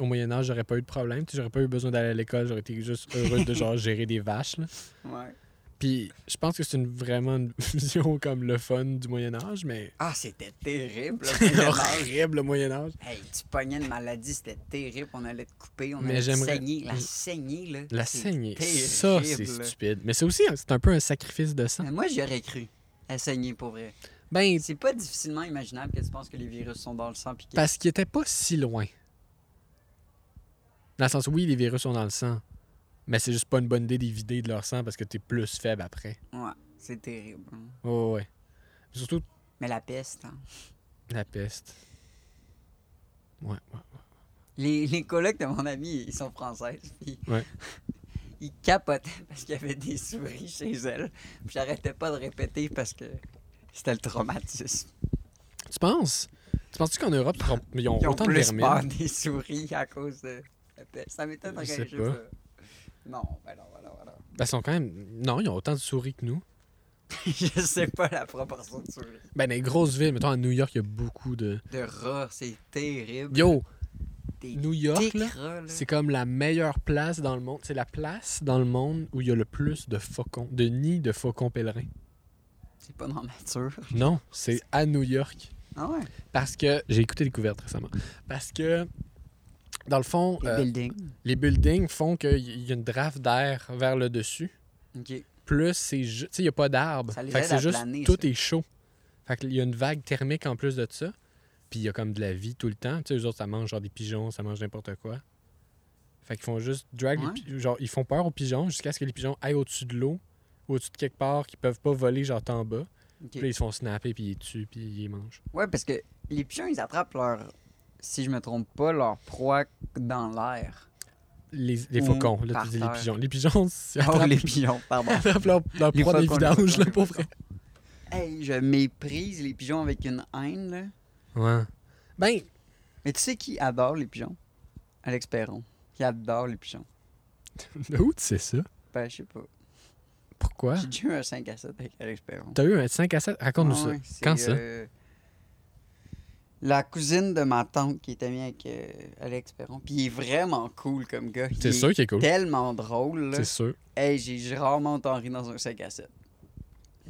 Speaker 1: au Moyen-Âge, j'aurais pas eu de problème. Tu sais, J'aurais pas eu besoin d'aller à l'école, j'aurais été juste heureux de genre gérer des vaches. là.
Speaker 2: Ouais.
Speaker 1: Puis je pense que c'est une, vraiment une vision comme le fun du Moyen-Âge, mais.
Speaker 2: Ah, c'était terrible, le
Speaker 1: C'est
Speaker 2: Moyen-Âge.
Speaker 1: horrible le Moyen-Âge.
Speaker 2: Hey, tu pognais une maladie, c'était terrible, on allait te couper, on
Speaker 1: Mais
Speaker 2: allait te
Speaker 1: j'aimerais-
Speaker 2: saigner. La saignée, là.
Speaker 1: La
Speaker 2: c'est
Speaker 1: saignée,
Speaker 2: terrible,
Speaker 1: ça c'est
Speaker 2: là.
Speaker 1: stupide. Mais c'est aussi c'est un peu un sacrifice de sang.
Speaker 2: Mais moi, j'y aurais cru à saigner, pour vrai.
Speaker 1: Ben,
Speaker 2: C'est pas difficilement imaginable que tu penses que les virus sont dans le sang. Pis que...
Speaker 1: Parce qu'il était pas si loin. Dans le sens, oui, les virus sont dans le sang, mais c'est juste pas une bonne idée d'y vider de leur sang parce que t'es plus faible après.
Speaker 2: Ouais, c'est terrible. hein.
Speaker 1: Ouais, ouais, ouais. Surtout
Speaker 2: Mais la peste, hein.
Speaker 1: la peste. Ouais, ouais.
Speaker 2: Les, les colocs de mon ami, ils sont françaises. Puis
Speaker 1: Ouais.
Speaker 2: ils capotaient parce qu'il y avait des souris chez elles. Puis j'arrêtais pas de répéter parce que c'était le traumatisme.
Speaker 1: Tu penses? Tu penses-tu qu'en Europe, ils ont, ils ont
Speaker 2: Ils ont
Speaker 1: autant de
Speaker 2: plus
Speaker 1: vermine?
Speaker 2: peur des souris à cause de la peste. Ça m'étonnerait,
Speaker 1: Je sais
Speaker 2: je
Speaker 1: pas.
Speaker 2: sais Non, ben non, ben non, ben non.
Speaker 1: Ben, ils sont quand même... Non, ils ont autant de souris que nous.
Speaker 2: je sais pas la proportion de souris.
Speaker 1: Ben, dans les grosses villes, mettons, à New York, il y a beaucoup de...
Speaker 2: De rats, c'est terrible.
Speaker 1: Yo,
Speaker 2: Des
Speaker 1: New York,
Speaker 2: tic
Speaker 1: là,
Speaker 2: rats, là.
Speaker 1: c'est comme la meilleure place dans le monde. C'est la place dans le monde où il y a le plus de faucons, de nids de faucons pèlerins.
Speaker 2: C'est pas dans la nature.
Speaker 1: Non, c'est à New York.
Speaker 2: Ah ouais?
Speaker 1: Parce que. J'ai écouté Découverte récemment. Parce que. Dans le fond, euh,
Speaker 2: buildings.
Speaker 1: les buildings font qu'il y a une draft d'air vers le dessus.
Speaker 2: OK.
Speaker 1: Plus, c'est ju- tu sais, il n'y a pas d'arbres.
Speaker 2: Ça
Speaker 1: Fait
Speaker 2: les
Speaker 1: que
Speaker 2: aide
Speaker 1: c'est
Speaker 2: à
Speaker 1: juste.
Speaker 2: planer,
Speaker 1: tout
Speaker 2: ça.
Speaker 1: est chaud. Fait qu'il y a une vague thermique en plus de ça. Puis il y a comme de la vie tout le temps. Tu sais, eux autres, ça mange genre des pigeons, ça mange n'importe quoi. Fait qu'ils font juste drag. les
Speaker 2: Ouais.
Speaker 1: pi- genre, ils font peur aux pigeons jusqu'à ce que les pigeons aillent au-dessus de l'eau, au-dessus de quelque part, qu'ils peuvent pas voler, genre en bas. Puis là, ils se font snapper, puis ils les tuent, puis ils les mangent.
Speaker 2: Ouais, parce que les pigeons, ils attrapent leur, si je me trompe pas, leur proie dans l'air.
Speaker 1: Les, les
Speaker 2: Ou
Speaker 1: faucons, là,
Speaker 2: par
Speaker 1: tu dis les
Speaker 2: terre.
Speaker 1: pigeons. Les pigeons, c'est
Speaker 2: Oh, les pigeons, pardon.
Speaker 1: attrape leur, leur
Speaker 2: Les
Speaker 1: proie des
Speaker 2: faucons,
Speaker 1: vidanges,
Speaker 2: les faucons,
Speaker 1: là,
Speaker 2: les
Speaker 1: pour vrai.
Speaker 2: hey, je méprise les pigeons avec une haine, là.
Speaker 1: Ouais. Ben,
Speaker 2: Mais tu sais qui adore les pigeons? Alex Perron. Qui adore les pigeons.
Speaker 1: de où tu sais ça?
Speaker 2: Ben, je sais pas.
Speaker 1: Pourquoi?
Speaker 2: J'ai déjà eu un 5 à 7 avec Alex Perron. Ah
Speaker 1: T'as eu un 5 à 7? Raconte-nous
Speaker 2: Ouais, ouais,
Speaker 1: ça.
Speaker 2: c'est,
Speaker 1: Quand ça?
Speaker 2: euh, La cousine de ma tante qui était amie avec euh, Alex Perron. Puis il est vraiment cool comme gars.
Speaker 1: C'est
Speaker 2: Il
Speaker 1: sûr
Speaker 2: est
Speaker 1: qu'il est cool.
Speaker 2: tellement drôle. là.
Speaker 1: C'est sûr.
Speaker 2: Hey, j'ai rarement entendu dans un 5 à 7.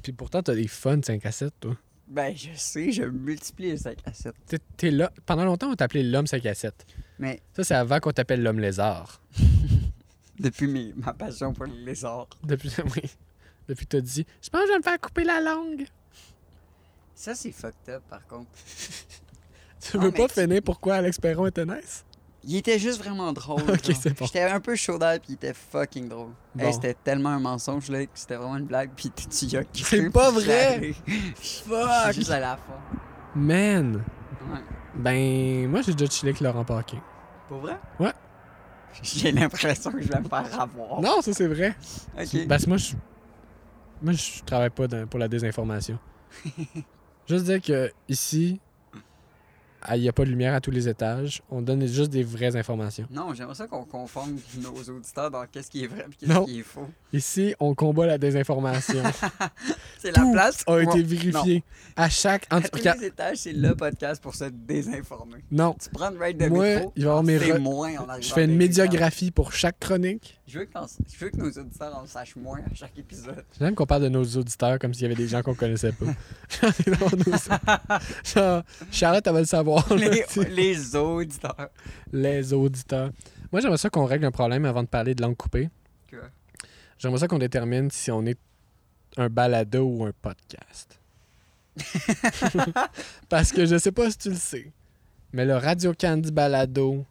Speaker 1: Puis pourtant, t'as des fun 5 à 7, toi.
Speaker 2: Ben, je sais, je multiplie les 5 à 7.
Speaker 1: T'es- T'es là. Pendant longtemps, on t'appelait l'homme 5 à 7.
Speaker 2: Mais
Speaker 1: Ça, c'est avant qu'on t'appelle l'homme lézard.
Speaker 2: depuis mes- ma passion pour les lézards.
Speaker 1: Depuis, oui. Depuis que t'as dit, je pense que je vais me faire couper la langue.
Speaker 2: Ça, c'est fucked up, par contre.
Speaker 1: Tu
Speaker 2: Ah,
Speaker 1: veux
Speaker 2: mais
Speaker 1: pas
Speaker 2: tu-
Speaker 1: finir pourquoi Alex Perron était nice?
Speaker 2: Il était juste vraiment drôle.
Speaker 1: Ok,
Speaker 2: genre.
Speaker 1: c'est bon.
Speaker 2: J'étais un peu chaud d'air, puis il était fucking drôle. Hey,
Speaker 1: Bon.
Speaker 2: c'était tellement un mensonge, là, que c'était vraiment une blague, puis tu- tu y as cru,
Speaker 1: C'est
Speaker 2: puis
Speaker 1: pas
Speaker 2: je suis
Speaker 1: vrai!
Speaker 2: allé. Je suis juste allé à la fin.
Speaker 1: Man!
Speaker 2: Ouais.
Speaker 1: Ben, moi, j'ai déjà chillé avec Laurent Paquin.
Speaker 2: Pour vrai?
Speaker 1: Ouais.
Speaker 2: J'ai l'impression que je vais me faire avoir.
Speaker 1: Non, ça, c'est vrai.
Speaker 2: Ok.
Speaker 1: Parce que moi, je. Moi, je travaille pas dans- pour la désinformation. juste dire que ici, ah, il n'y a pas de lumière à tous les étages. On donne juste des vraies informations.
Speaker 2: Non, j'aimerais ça qu'on confonde nos auditeurs dans qu'est-ce qui est vrai et
Speaker 1: Non.
Speaker 2: qu'est-ce qui est faux.
Speaker 1: Ici, on combat la désinformation.
Speaker 2: C'est la
Speaker 1: Tout
Speaker 2: place
Speaker 1: a
Speaker 2: où on-
Speaker 1: été vérifié à chaque.
Speaker 2: Non.
Speaker 1: en
Speaker 2: À
Speaker 1: tout-
Speaker 2: tous
Speaker 1: regarde-
Speaker 2: les étages, c'est le podcast pour se désinformer.
Speaker 1: Non,
Speaker 2: Tu prends une ride de
Speaker 1: Moi,
Speaker 2: métro,
Speaker 1: il va y avoir mes
Speaker 2: c'est
Speaker 1: re-
Speaker 2: moins en
Speaker 1: je
Speaker 2: arrivant
Speaker 1: fais une
Speaker 2: des
Speaker 1: médiographie pour chaque chronique.
Speaker 2: étages. Je veux, que t'en- je veux que nos auditeurs en sachent moins à chaque épisode.
Speaker 1: J'aime qu'on parle de nos auditeurs comme s'il y avait des gens qu'on connaissait pas. Genre, c'est vraiment nos- Genre, Charlotte, elle va le savoir. là,
Speaker 2: Les,
Speaker 1: tu sais.
Speaker 2: les auditeurs.
Speaker 1: les auditeurs. Moi, j'aimerais ça qu'on règle un problème avant de parler de langue coupée.
Speaker 2: Quoi?
Speaker 1: J'aimerais ça qu'on détermine si on est un balado ou un podcast. Parce que je sais pas si tu le sais, mais le Radio Candy balado,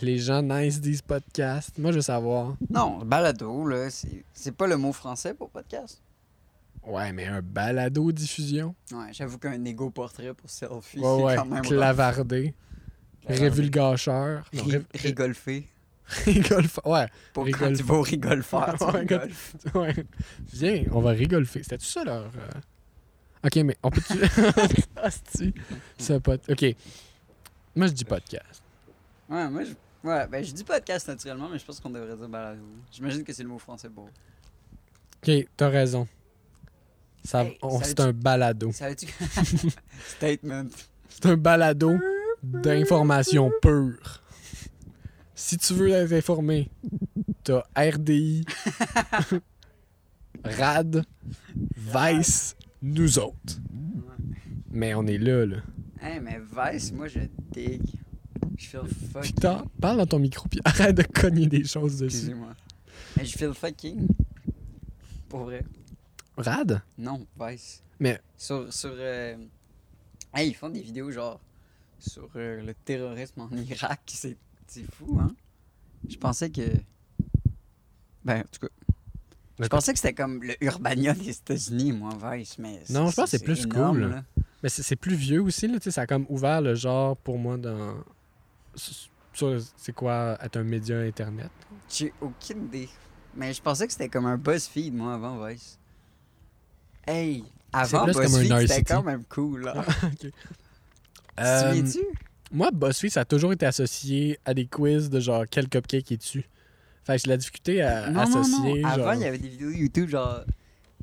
Speaker 1: les gens nice disent podcast. Moi, je veux savoir.
Speaker 2: Non, balado, là, c'est c'est pas le mot français pour podcast.
Speaker 1: Ouais, mais un balado diffusion.
Speaker 2: Ouais, j'avoue qu'un égo portrait pour selfie,
Speaker 1: Ouais, ouais.
Speaker 2: c'est quand même...
Speaker 1: Clavardé. Révulgacheur. Non,
Speaker 2: Ri-
Speaker 1: ré-
Speaker 2: Rigolfer.
Speaker 1: rigolfe- Ouais.
Speaker 2: Pour quand
Speaker 1: Rigolfer.
Speaker 2: tu vas au rigolfer, tu
Speaker 1: Ouais, ouais, quand-
Speaker 2: rigoles.
Speaker 1: Ouais. Viens, on va rigolfer. C'était tout ça leur. euh, Ok, mais on peut-tu. Asti. Ça pot... Ok. Moi, je dis podcast.
Speaker 2: Ouais, moi, je... Ouais, ben, je dis podcast naturellement, mais je pense qu'on devrait dire balado. J'imagine que c'est le mot français pour.
Speaker 1: Ok, t'as raison. Ça,
Speaker 2: Hey,
Speaker 1: on-
Speaker 2: ça
Speaker 1: c'est
Speaker 2: veut-
Speaker 1: un balado.
Speaker 2: Savais-tu que... Statement.
Speaker 1: C'est un balado d'information pure. Si tu veux être informé, t'as RDI, RAD, Vice, nous autres. Mais on est là, là.
Speaker 2: Hey, mais Vice, moi, je dig. Je feel fucking...
Speaker 1: Putain, parle dans ton micro puis arrête de cogner des choses dessus.
Speaker 2: Excusez-moi. Mais je feel fucking... Pour vrai.
Speaker 1: Rad?
Speaker 2: Non, Vice.
Speaker 1: Mais-
Speaker 2: Sur... sur euh, Hey, ils font des vidéos, genre, sur euh, le terrorisme en Irak. C'est c'est fou, hein? Je pensais que... Ben, en tout cas... Je pensais que c'était comme le Urbania des États-Unis, moi, Vice, mais...
Speaker 1: Non, je pense que c'est plus
Speaker 2: énorme,
Speaker 1: cool.
Speaker 2: là.
Speaker 1: Mais c'est c'est plus vieux aussi, là, tu sais, ça a comme ouvert le genre pour moi dans. sur- sur- C'est quoi être un média internet?
Speaker 2: J'ai aucune idée. Mais je pensais que c'était comme un BuzzFeed, moi, avant Vice. Hey, avant
Speaker 1: plus comme un
Speaker 2: BuzzFeed, c'était
Speaker 1: RCT.
Speaker 2: quand même cool. Là.
Speaker 1: Ok.
Speaker 2: te
Speaker 1: Euh,
Speaker 2: souviens-tu?
Speaker 1: moi, BuzzFeed, ça a toujours été associé à des quiz de genre quel cupcake es-tu? Fait que je l'ai difficulté à
Speaker 2: Non, non, non.
Speaker 1: associer.
Speaker 2: Avant,
Speaker 1: euh, genre-
Speaker 2: il y avait des vidéos YouTube, genre,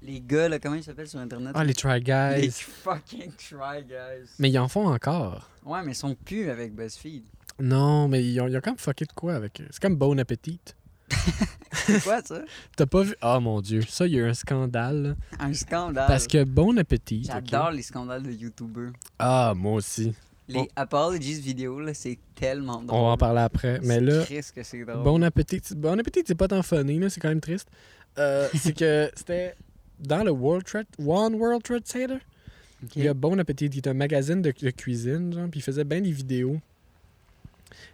Speaker 2: les gars, là, comment ils s'appellent sur Internet?
Speaker 1: Ah, les Try Guys.
Speaker 2: Les fucking try guys.
Speaker 1: Mais ils en font encore.
Speaker 2: Ouais, mais ils sont plus avec BuzzFeed.
Speaker 1: Non, mais ils ont, ils ont comme fucké de quoi avec. C'est comme Bon Appetit.
Speaker 2: C'est quoi, ça?
Speaker 1: T'as pas vu. Ah mon dieu, ça, il y a eu un scandale. là.
Speaker 2: Un scandale.
Speaker 1: Parce que Bon Appetit. ok.
Speaker 2: Ah, J'adore les scandales de YouTubers.
Speaker 1: Ah, moi aussi.
Speaker 2: Les apologies vidéo, là, c'est tellement drôle.
Speaker 1: On va en parler après. Mais là,
Speaker 2: Qu'est-ce que c'est drôle.
Speaker 1: bon appétit. Bon appétit, c'est pas tant funny, là, c'est quand même triste. Euh, c'est que c'était dans le World Trade, One World Trade Center.
Speaker 2: Ok.
Speaker 1: Il y a Bon Appétit, qui est un magazine de, de cuisine, genre, puis il faisait bien des vidéos.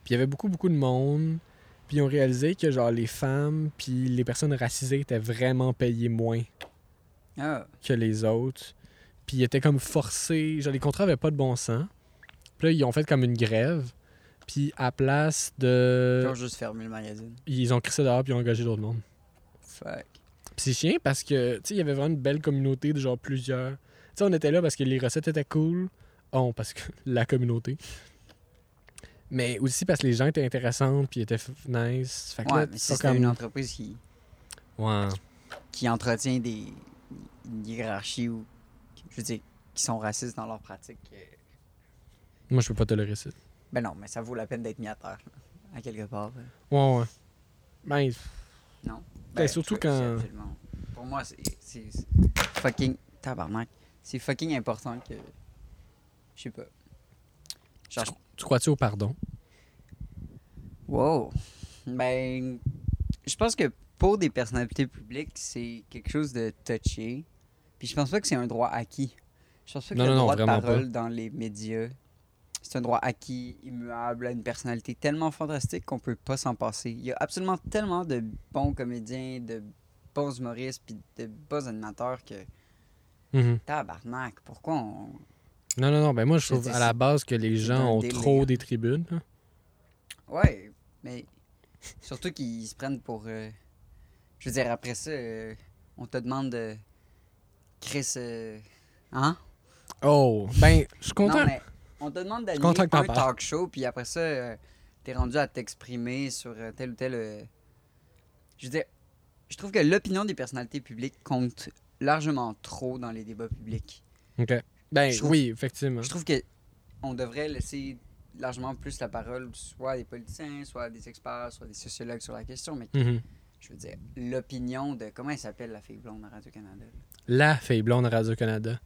Speaker 1: Puis il y avait beaucoup, beaucoup de monde. Puis ils ont réalisé que, genre, les femmes, puis les personnes racisées étaient vraiment payées moins
Speaker 2: Ah,
Speaker 1: que les autres. Puis ils étaient comme forcés. Genre, les contrats avaient pas de bon sens. Puis là, ils ont fait comme une grève. Puis à place de.
Speaker 2: ils ont juste fermé le magazine.
Speaker 1: ils ont crissé dehors puis ils ont engagé d'autres monde.
Speaker 2: Fuck.
Speaker 1: Puis c'est chiant parce que, tu sais, il y avait vraiment une belle communauté de genre plusieurs. Tu sais, on était là parce que les recettes étaient cool. Ah, On, parce que la communauté. Mais aussi parce que les gens étaient intéressants puis étaient f- nice. Fait que là,
Speaker 2: Ouais, mais
Speaker 1: c'est
Speaker 2: si c'est
Speaker 1: comme-
Speaker 2: une entreprise qui,
Speaker 1: Ouais.
Speaker 2: qui entretient des une hiérarchie ou, je veux dire, qui sont racistes dans leur pratique, euh,
Speaker 1: Moi, je peux pas tolérer ça.
Speaker 2: ben non, mais ça vaut la peine d'être mis à terre, là, à quelque part. là.
Speaker 1: Ouais, ouais. Ben,
Speaker 2: Non?
Speaker 1: Ben, surtout
Speaker 2: oui, c'est
Speaker 1: quand-
Speaker 2: absolument- Pour moi, c'est c'est- c'est fucking... Tabarnak. C'est fucking important que... Je sais pas. Genre,
Speaker 1: tu crois-tu au pardon?
Speaker 2: Wow. Ben, je pense que pour des personnalités publiques, c'est quelque chose de touché. Puis je pense pas que c'est un droit acquis. Je pense pas que
Speaker 1: Non,
Speaker 2: le
Speaker 1: non, non,
Speaker 2: droit de
Speaker 1: vraiment
Speaker 2: parole dans les médias, C'est un droit acquis, immuable, à une personnalité tellement fantastique qu'on peut pas s'en passer. Il y a absolument tellement de bons comédiens, de bons humoristes, puis de bons animateurs que
Speaker 1: Mhm.
Speaker 2: tabarnak, pourquoi on.
Speaker 1: Non, non, non. Ben moi, je
Speaker 2: Je
Speaker 1: trouve
Speaker 2: dis,
Speaker 1: à la base que les
Speaker 2: c'est
Speaker 1: gens
Speaker 2: un
Speaker 1: ont
Speaker 2: délire.
Speaker 1: trop des tribunes. hein. là.
Speaker 2: Ouais, mais surtout qu'ils se prennent pour. euh, Je veux dire, après ça, euh, on te demande de. Chris. euh, Hein?
Speaker 1: Oh, ben, je suis content.
Speaker 2: Non, mais on te demande d'animer
Speaker 1: content que t'en
Speaker 2: un
Speaker 1: parles.
Speaker 2: talk show, puis après ça, euh, t'es rendu à t'exprimer sur euh, tel ou tel. euh, Je veux dire, je trouve que l'opinion des personnalités publiques compte largement trop dans les débats publics.
Speaker 1: OK. Ben
Speaker 2: Je trouve-
Speaker 1: oui, effectivement.
Speaker 2: Je trouve que on devrait laisser largement plus la parole soit à des politiciens, soit à des experts, soit à des sociologues sur la question, mais
Speaker 1: Mhm.
Speaker 2: je veux dire, l'opinion de. Comment elle s'appelle la fille blonde à Radio-Canada? là?
Speaker 1: La fille blonde à Radio-Canada.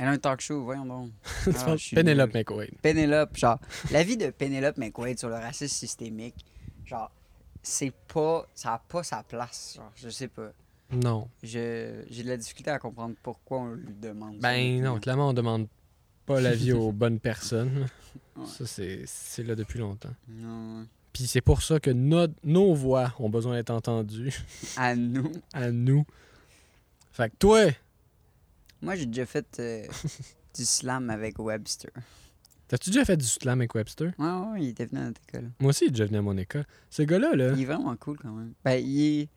Speaker 2: Elle a un talk show, voyons donc.
Speaker 1: Tu
Speaker 2: Ah,
Speaker 1: vois,
Speaker 2: je suis
Speaker 1: Penelope
Speaker 2: nul.
Speaker 1: McQuaid.
Speaker 2: Pénélope, genre, la vie de Pénélope McQuaid sur le racisme systémique, genre, c'est pas. Ça a pas sa place, genre, je sais pas.
Speaker 1: Non.
Speaker 2: Je- J'ai de la difficulté à comprendre pourquoi on lui demande.
Speaker 1: Ben
Speaker 2: ça.
Speaker 1: non, clairement, on demande pas l'avis aux bonnes personnes.
Speaker 2: Ouais.
Speaker 1: Ça, c'est c'est là depuis longtemps.
Speaker 2: Non, ouais.
Speaker 1: Puis c'est pour ça que no- nos voix ont besoin d'être entendues
Speaker 2: À nous.
Speaker 1: à nous. Fait que toi,
Speaker 2: Moi, j'ai déjà fait euh, du slam avec Webster.
Speaker 1: t'as-tu déjà fait du slam avec Webster?
Speaker 2: Ouais, ouais, ouais, il était venu à notre école.
Speaker 1: Moi aussi, il est déjà venu à mon école. Ce gars-là, là,
Speaker 2: Il est vraiment cool quand même. Ben, il est.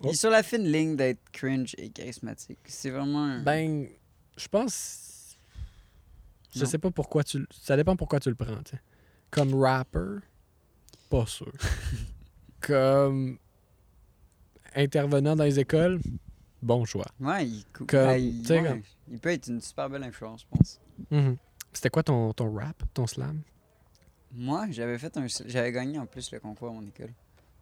Speaker 2: Il
Speaker 1: Oh.
Speaker 2: est sur la fine ligne d'être cringe et charismatique. C'est vraiment. un-
Speaker 1: ben, je pense. Je
Speaker 2: Non.
Speaker 1: sais pas pourquoi tu. le- Ça dépend pourquoi tu le prends, tu sais. Comme rapper, pas sûr. Comme intervenant dans les écoles, bon choix.
Speaker 2: Ouais, il est cool.
Speaker 1: Comme,
Speaker 2: Ben, il-
Speaker 1: tu sais,
Speaker 2: ouais,
Speaker 1: comme-
Speaker 2: il peut être une super belle influence, je pense.
Speaker 1: Mhm. C'était quoi ton, ton rap, ton slam?
Speaker 2: Moi, j'avais fait un. J'avais gagné en plus le concours à mon école.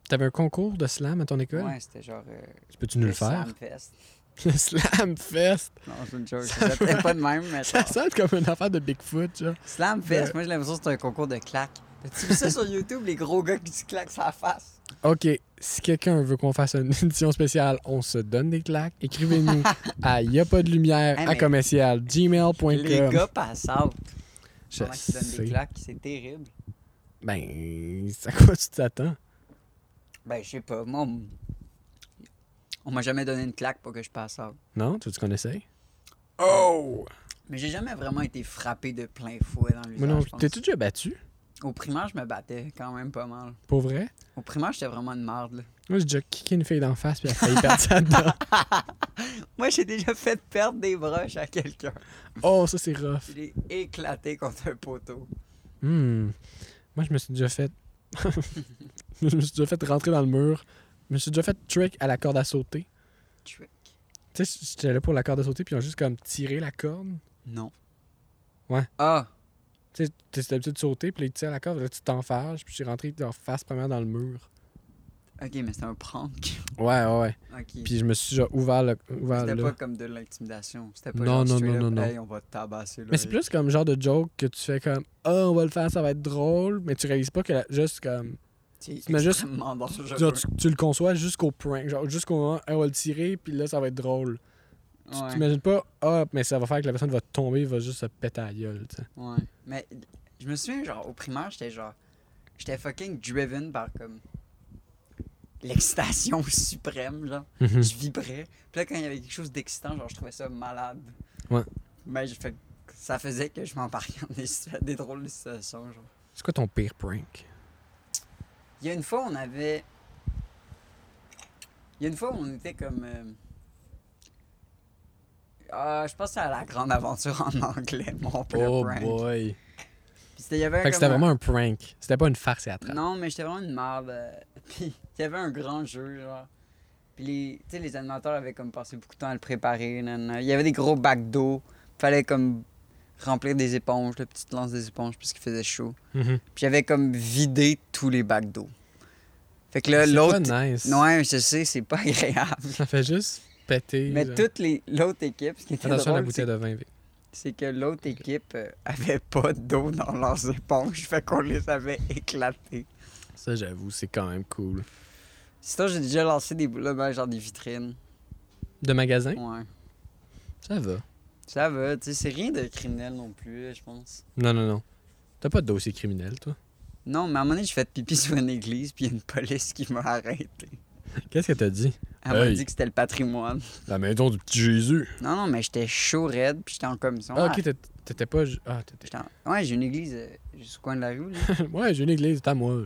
Speaker 1: T'avais un concours de slam à ton école?
Speaker 2: Ouais, c'était genre. euh,
Speaker 1: Peux-tu nous le faire?
Speaker 2: Slam Fest.
Speaker 1: Le Slam Fest!
Speaker 2: Non, c'est une joke.
Speaker 1: Ça-
Speaker 2: Ça s'appelait pas de même, mais.
Speaker 1: Ça
Speaker 2: genre,
Speaker 1: sonne comme une affaire de Bigfoot, genre.
Speaker 2: Slam Fest, moi j'ai l'impression que c'est un concours de claques. T'as-tu vu ça sur YouTube, les gros gars qui se claquent sa face?
Speaker 1: OK, si quelqu'un veut qu'on fasse une édition spéciale, on se donne des claques. Écrivez-nous à y a pas de lumière
Speaker 2: Hey,
Speaker 1: à
Speaker 2: mais-
Speaker 1: commercial gmail.com.
Speaker 2: Les gars passent out
Speaker 1: Je
Speaker 2: pendant qu'ils donnent
Speaker 1: sais.
Speaker 2: des claques, c'est terrible.
Speaker 1: Ben, c'est à quoi tu t'attends?
Speaker 2: Ben, je sais pas, moi. On, on m'a jamais donné une claque pour que je passe out.
Speaker 1: Non? Tu veux qu'on essaye? Oh!
Speaker 2: Mais j'ai jamais vraiment été frappé de plein fouet dans
Speaker 1: Mais non,
Speaker 2: l'usage, je pense.
Speaker 1: t'es-tu déjà battu?
Speaker 2: Au primaire, je me battais quand même pas mal.
Speaker 1: Pour vrai?
Speaker 2: Au primaire, j'étais vraiment une marde, là.
Speaker 1: Moi, j'ai déjà kické une fille d'en face, puis elle a failli perdre sa dent.
Speaker 2: Moi, j'ai déjà fait perdre des broches à quelqu'un.
Speaker 1: Oh, ça, c'est rough.
Speaker 2: Je l'ai éclaté contre un poteau.
Speaker 1: Hmm. Moi, je me suis déjà fait. je me suis déjà fait rentrer dans le mur. Je me suis déjà fait trick à la corde à sauter.
Speaker 2: Trick.
Speaker 1: Tu sais, j'étais là pour la corde à sauter, puis ils ont juste comme tiré la corde.
Speaker 2: Non.
Speaker 1: Ouais.
Speaker 2: Ah,
Speaker 1: Tu sais, t'es d'habitude de sauter, puis là, ils tirent la corde, là, tu t'enfarges, puis je suis rentré en face première dans le mur.
Speaker 2: ok, mais c'était un prank.
Speaker 1: Ouais, ouais, ouais.
Speaker 2: Ok.
Speaker 1: Puis je me suis genre ouvert le. Ouvert
Speaker 2: c'était
Speaker 1: là.
Speaker 2: pas comme de l'intimidation. C'était pas
Speaker 1: Non,
Speaker 2: genre
Speaker 1: non,
Speaker 2: straight
Speaker 1: non,
Speaker 2: up,
Speaker 1: non,
Speaker 2: Hey, on va te tabasser là.
Speaker 1: Mais c'est plus comme genre de joke que tu fais comme Ah, on va le faire, ça va être drôle, mais tu réalises pas que la- juste comme.
Speaker 2: C'est
Speaker 1: mais juste-
Speaker 2: extrêmement dangereux.
Speaker 1: Genre, tu, tu le conçois jusqu'au prank, genre jusqu'au moment, Ah, on va le tirer, puis là, ça va être drôle. Tu
Speaker 2: Ouais,
Speaker 1: t'imagines pas, ah, mais ça va faire que la personne va tomber, va juste se péter à la gueule, tu sais.
Speaker 2: ouais. Mais je me souviens, genre, au primaire, j'étais genre. J'étais fucking driven par comme. L'excitation suprême, genre.
Speaker 1: Hmm. Mm-hmm.
Speaker 2: Je vibrais. Puis là, quand il y avait quelque chose d'excitant, genre, je trouvais ça malade.
Speaker 1: Ouais.
Speaker 2: Mais je fais- ça faisait que je m'embarquais dans des, situa- des drôles de situations, genre.
Speaker 1: C'est quoi ton pire prank?
Speaker 2: Il y a une fois, on avait. Il y a une fois, on était comme. euh, ah, je pense que c'était à la grande aventure en anglais, mon pire
Speaker 1: oh
Speaker 2: prank.
Speaker 1: boy!
Speaker 2: Puis c'était- il y avait
Speaker 1: Fait que
Speaker 2: comme
Speaker 1: c'était
Speaker 2: un-
Speaker 1: vraiment un prank. C'était pas une farce et attrape.
Speaker 2: Non, mais j'étais vraiment une merde. euh, Puis il y avait un grand jeu, genre. Puis les, tu sais, les animateurs avaient comme passé beaucoup de temps à le préparer. nanana. Il y avait des gros bacs d'eau. Fallait comme remplir des éponges, le petit lance des éponges parce qu'il faisait chaud.
Speaker 1: Mhm.
Speaker 2: Puis j'avais comme vidé tous les bacs d'eau. Fait que là,
Speaker 1: C'est pas
Speaker 2: l'autre.
Speaker 1: nice.
Speaker 2: Ouais, je sais, c'est pas agréable.
Speaker 1: Ça fait juste péter.
Speaker 2: Mais
Speaker 1: genre.
Speaker 2: toute les- l'autre équipe, ce qui était
Speaker 1: Attention à la
Speaker 2: drôle,
Speaker 1: bouteille
Speaker 2: c'est-
Speaker 1: de vin. Vic.
Speaker 2: c'est que l'autre équipe euh, avait pas d'eau dans leurs éponges, fait qu'on les avait éclatées.
Speaker 1: Ça, j'avoue, c'est quand même cool.
Speaker 2: Sinon, j'ai déjà lancé des boules de neige dans des vitrines.
Speaker 1: De magasin?
Speaker 2: Ouais.
Speaker 1: Ça va.
Speaker 2: Ça va, tu sais, c'est rien de criminel non plus, je pense.
Speaker 1: Non, non, non. T'as pas de dossier criminel, toi.
Speaker 2: Non, mais à un moment donné, j'ai fait pipi sur une église, puis il y a une police qui m'a arrêté.
Speaker 1: Qu'est-ce que t'as dit?
Speaker 2: Elle m'a
Speaker 1: Hey.
Speaker 2: dit que c'était le patrimoine.
Speaker 1: La maison du petit Jésus.
Speaker 2: Non, non, mais j'étais chaud raide, puis j'étais en commission.
Speaker 1: Ah, ok, t'é- t'étais pas. ju- Ah, t'étais.
Speaker 2: J'étais en- Ouais, j'ai une église euh, juste au coin de la rue. Là.
Speaker 1: ouais, j'ai une église, t'as moi.